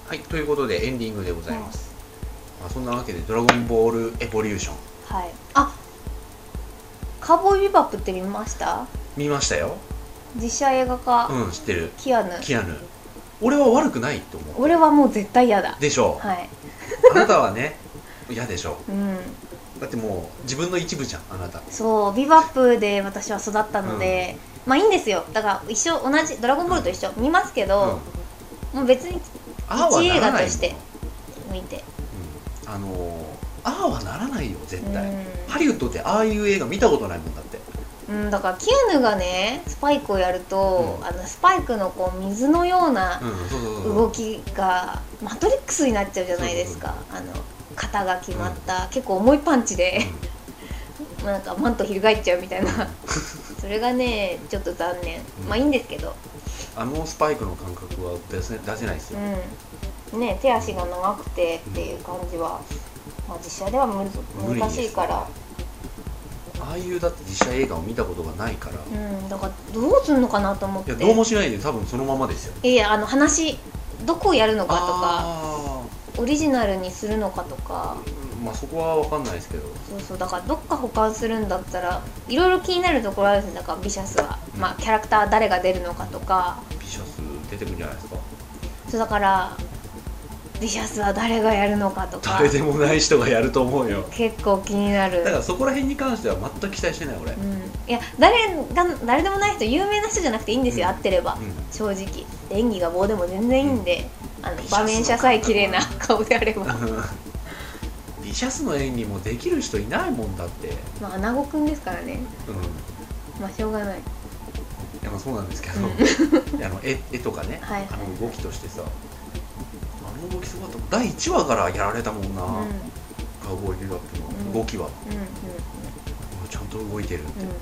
[SPEAKER 2] はいということでエンディングでございます、まあ、そんなわけで「ドラゴンボールエボリューション
[SPEAKER 1] はいあカーボーイビバップって見ました」
[SPEAKER 2] 見ましたよ
[SPEAKER 1] 実写映画化、
[SPEAKER 2] うん知ってる
[SPEAKER 1] キアヌ
[SPEAKER 2] キアヌ俺は悪くないと思う
[SPEAKER 1] 俺はもう絶対嫌だ
[SPEAKER 2] でしょう、
[SPEAKER 1] はい
[SPEAKER 2] あなたはね嫌でしょ
[SPEAKER 1] うん
[SPEAKER 2] うだってもう自分の一部じゃんあなた
[SPEAKER 1] そうビバップで私は育ったので、まあいいんですよだから一緒同じ「ドラゴンボール」と一緒見ますけ
[SPEAKER 2] うん
[SPEAKER 1] ど、もう別に
[SPEAKER 2] ああはなら
[SPEAKER 1] 一映
[SPEAKER 2] な
[SPEAKER 1] 画
[SPEAKER 2] い
[SPEAKER 1] と
[SPEAKER 2] よ
[SPEAKER 1] して向いて
[SPEAKER 2] うんあのーああはならないよ絶
[SPEAKER 1] う
[SPEAKER 2] 対、
[SPEAKER 1] ん
[SPEAKER 2] ハリウッドってああいう映画見たことないもんだって
[SPEAKER 1] うん、だからキアヌがねスパイクをやると、
[SPEAKER 2] うん
[SPEAKER 1] あのスパイクのこう水のような
[SPEAKER 2] うんそうそうそう
[SPEAKER 1] 動きが、マトリックスになっちゃうじゃないですか、あの型が決まった、結構重いパンチで、なんかマント翻っちゃうみたいな それがねちょっと残念、
[SPEAKER 2] うん
[SPEAKER 1] まあいいんですけど、
[SPEAKER 2] あのスパイクの感覚は出せ出せないですよ、
[SPEAKER 1] うん、ね手足が長くてっていう感じは、まあ、実写では無
[SPEAKER 2] 無理
[SPEAKER 1] 難
[SPEAKER 2] です
[SPEAKER 1] しいから、
[SPEAKER 2] ああいうだって実写映画を見たことがないから、
[SPEAKER 1] う
[SPEAKER 2] い
[SPEAKER 1] ん、だからどうすんのかなと思って
[SPEAKER 2] やどうもしないで多分そのままですよ
[SPEAKER 1] いやあの話どこをやるのかとか
[SPEAKER 2] あ
[SPEAKER 1] オリジナルにするのかとか
[SPEAKER 2] ーうんまあそこは分かんないですけど
[SPEAKER 1] そうそうだからどっか保管するんだったらいろいろ気になるところあるんですよだからビシャスは、まあ、キャラクター誰が出るのかとか
[SPEAKER 2] ビシャス出てくるんじゃないですか
[SPEAKER 1] そうだからビシャスは誰がやるのかとか
[SPEAKER 2] 誰でもない人がやると思うよ
[SPEAKER 1] 結構気になる
[SPEAKER 2] だからそこら辺に関しては全く期待してない俺、うん
[SPEAKER 1] うん、いや誰が誰でもない人有名な人じゃなくていいんですよ、
[SPEAKER 2] うん
[SPEAKER 1] 合ってれば、正直演技が棒でも全然いいんで、あの場面者さえ綺麗な顔であれば
[SPEAKER 2] ビシャスの演技もできる人いないもんだって、うん、
[SPEAKER 1] まあ穴子くんですからねまあしょうがない
[SPEAKER 2] いやまあそうなんですけど、 あの絵絵とかね、
[SPEAKER 1] はいはい
[SPEAKER 2] あの動きとしてさあの動きすごかったもん第1話からやられたもんな、
[SPEAKER 1] うんうん
[SPEAKER 2] カウボーイビバップの動きは、ちゃんと動いてるって
[SPEAKER 1] うんうん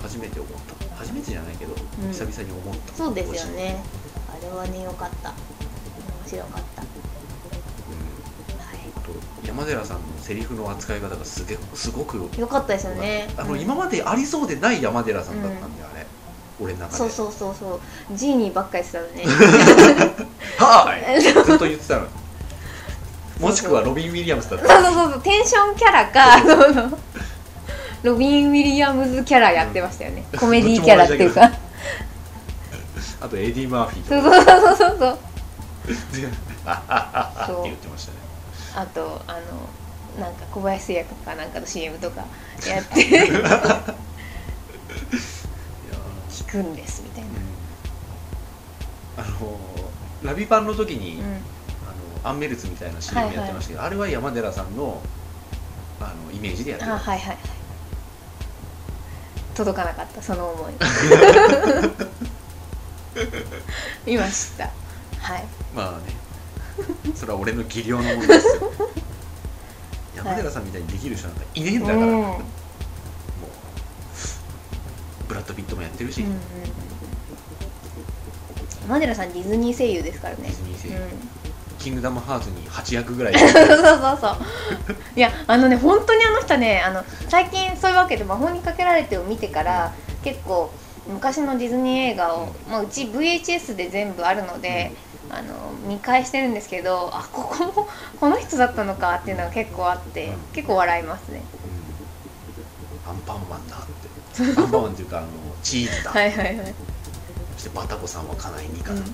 [SPEAKER 2] 初めて思った初めてじゃないけど、
[SPEAKER 1] ん
[SPEAKER 2] 久々に思った
[SPEAKER 1] そうですよ、ねあれはね良かった面白かったは
[SPEAKER 2] うんあと山寺さんのセリフの扱い方がすげすごく
[SPEAKER 1] い良かったですよね
[SPEAKER 2] あの
[SPEAKER 1] うん
[SPEAKER 2] 今までありそうでない山寺さんだったんで、あれ俺の中で
[SPEAKER 1] そうそうそうそうジーニーばっかりしてた のね
[SPEAKER 2] は ーいずっと言ってたのもしくはロビン・ウィリアムスだっ
[SPEAKER 1] そう
[SPEAKER 2] た
[SPEAKER 1] そうそうそうテンションキャラかそうそうロビン・ウィリアムズキャラやってましたよね、
[SPEAKER 2] うん
[SPEAKER 1] コメディキャラっていうか
[SPEAKER 2] あとエディ・マーフィーと
[SPEAKER 1] そう
[SPEAKER 2] か
[SPEAKER 1] そうそうそうそう
[SPEAKER 2] ああああ
[SPEAKER 1] そう
[SPEAKER 2] って言ってましたね
[SPEAKER 1] あとあのなんか小林製薬かなんかの CM とかやって
[SPEAKER 2] いや
[SPEAKER 1] 聞くんですみたいな
[SPEAKER 2] ーうんあのーラビパンの時に、
[SPEAKER 1] うん
[SPEAKER 2] あのアンメルツみたいな CM やってましたけど、あれは山寺さんのあのイメージでやって
[SPEAKER 1] あ
[SPEAKER 2] た
[SPEAKER 1] はいはいはい届かなかったその 思いいましたはい
[SPEAKER 2] まあね それは俺の技量のものですよ山寺さんみたいにできる人なんかいねえんだから、
[SPEAKER 1] うん
[SPEAKER 2] もうブラッド・ピットもやってるし、
[SPEAKER 1] うんうん山寺さんディズニー声優ですからね
[SPEAKER 2] ディズニー声優
[SPEAKER 1] うん
[SPEAKER 2] キングダムハーツに8役ぐらい
[SPEAKER 1] そうそうそうそういやあのね本当にあの人ねあの最近そういうわけで「魔法にかけられて」を見てから結構昔のディズニー映画を、まあ、うち VHS で全部あるので、あの見返してるんですけどあここもこの人だったのかっていうのが結構あって結構笑いますね
[SPEAKER 2] うんアンパンマンだってアンパンマンっていうかあのチーズだ、
[SPEAKER 1] はいはいはい、
[SPEAKER 2] そしてバタコさんは家内にか
[SPEAKER 1] う
[SPEAKER 2] な、
[SPEAKER 1] ん、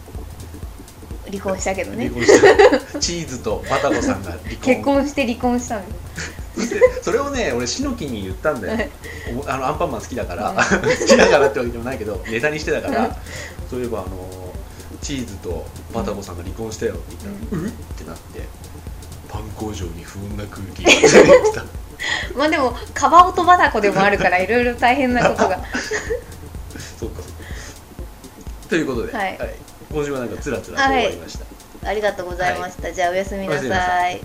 [SPEAKER 1] 離婚したけどね
[SPEAKER 2] 離婚したチーズとバタコさんが離婚
[SPEAKER 1] 結婚して離婚したんです
[SPEAKER 2] そしてそれをね俺しのきに言ったんだよおあのアンパンマン好きだから、
[SPEAKER 1] うん
[SPEAKER 2] 好きだからってわけでもないけどネタにしてたからそういえばあのチーズとバタコさんが離婚したよって言ったら「うっ?」ってなってパン工場に不穏な空気が出てきた
[SPEAKER 1] まあでもカバオとバタコでもあるからいろいろ大変なこと が
[SPEAKER 2] そうかそうかということで、
[SPEAKER 1] はい
[SPEAKER 2] 今週はなんかつらつらと終わりました、
[SPEAKER 1] ありがとうございました、じゃあおやすみな
[SPEAKER 2] おやすみな
[SPEAKER 1] さ
[SPEAKER 2] さ
[SPEAKER 1] い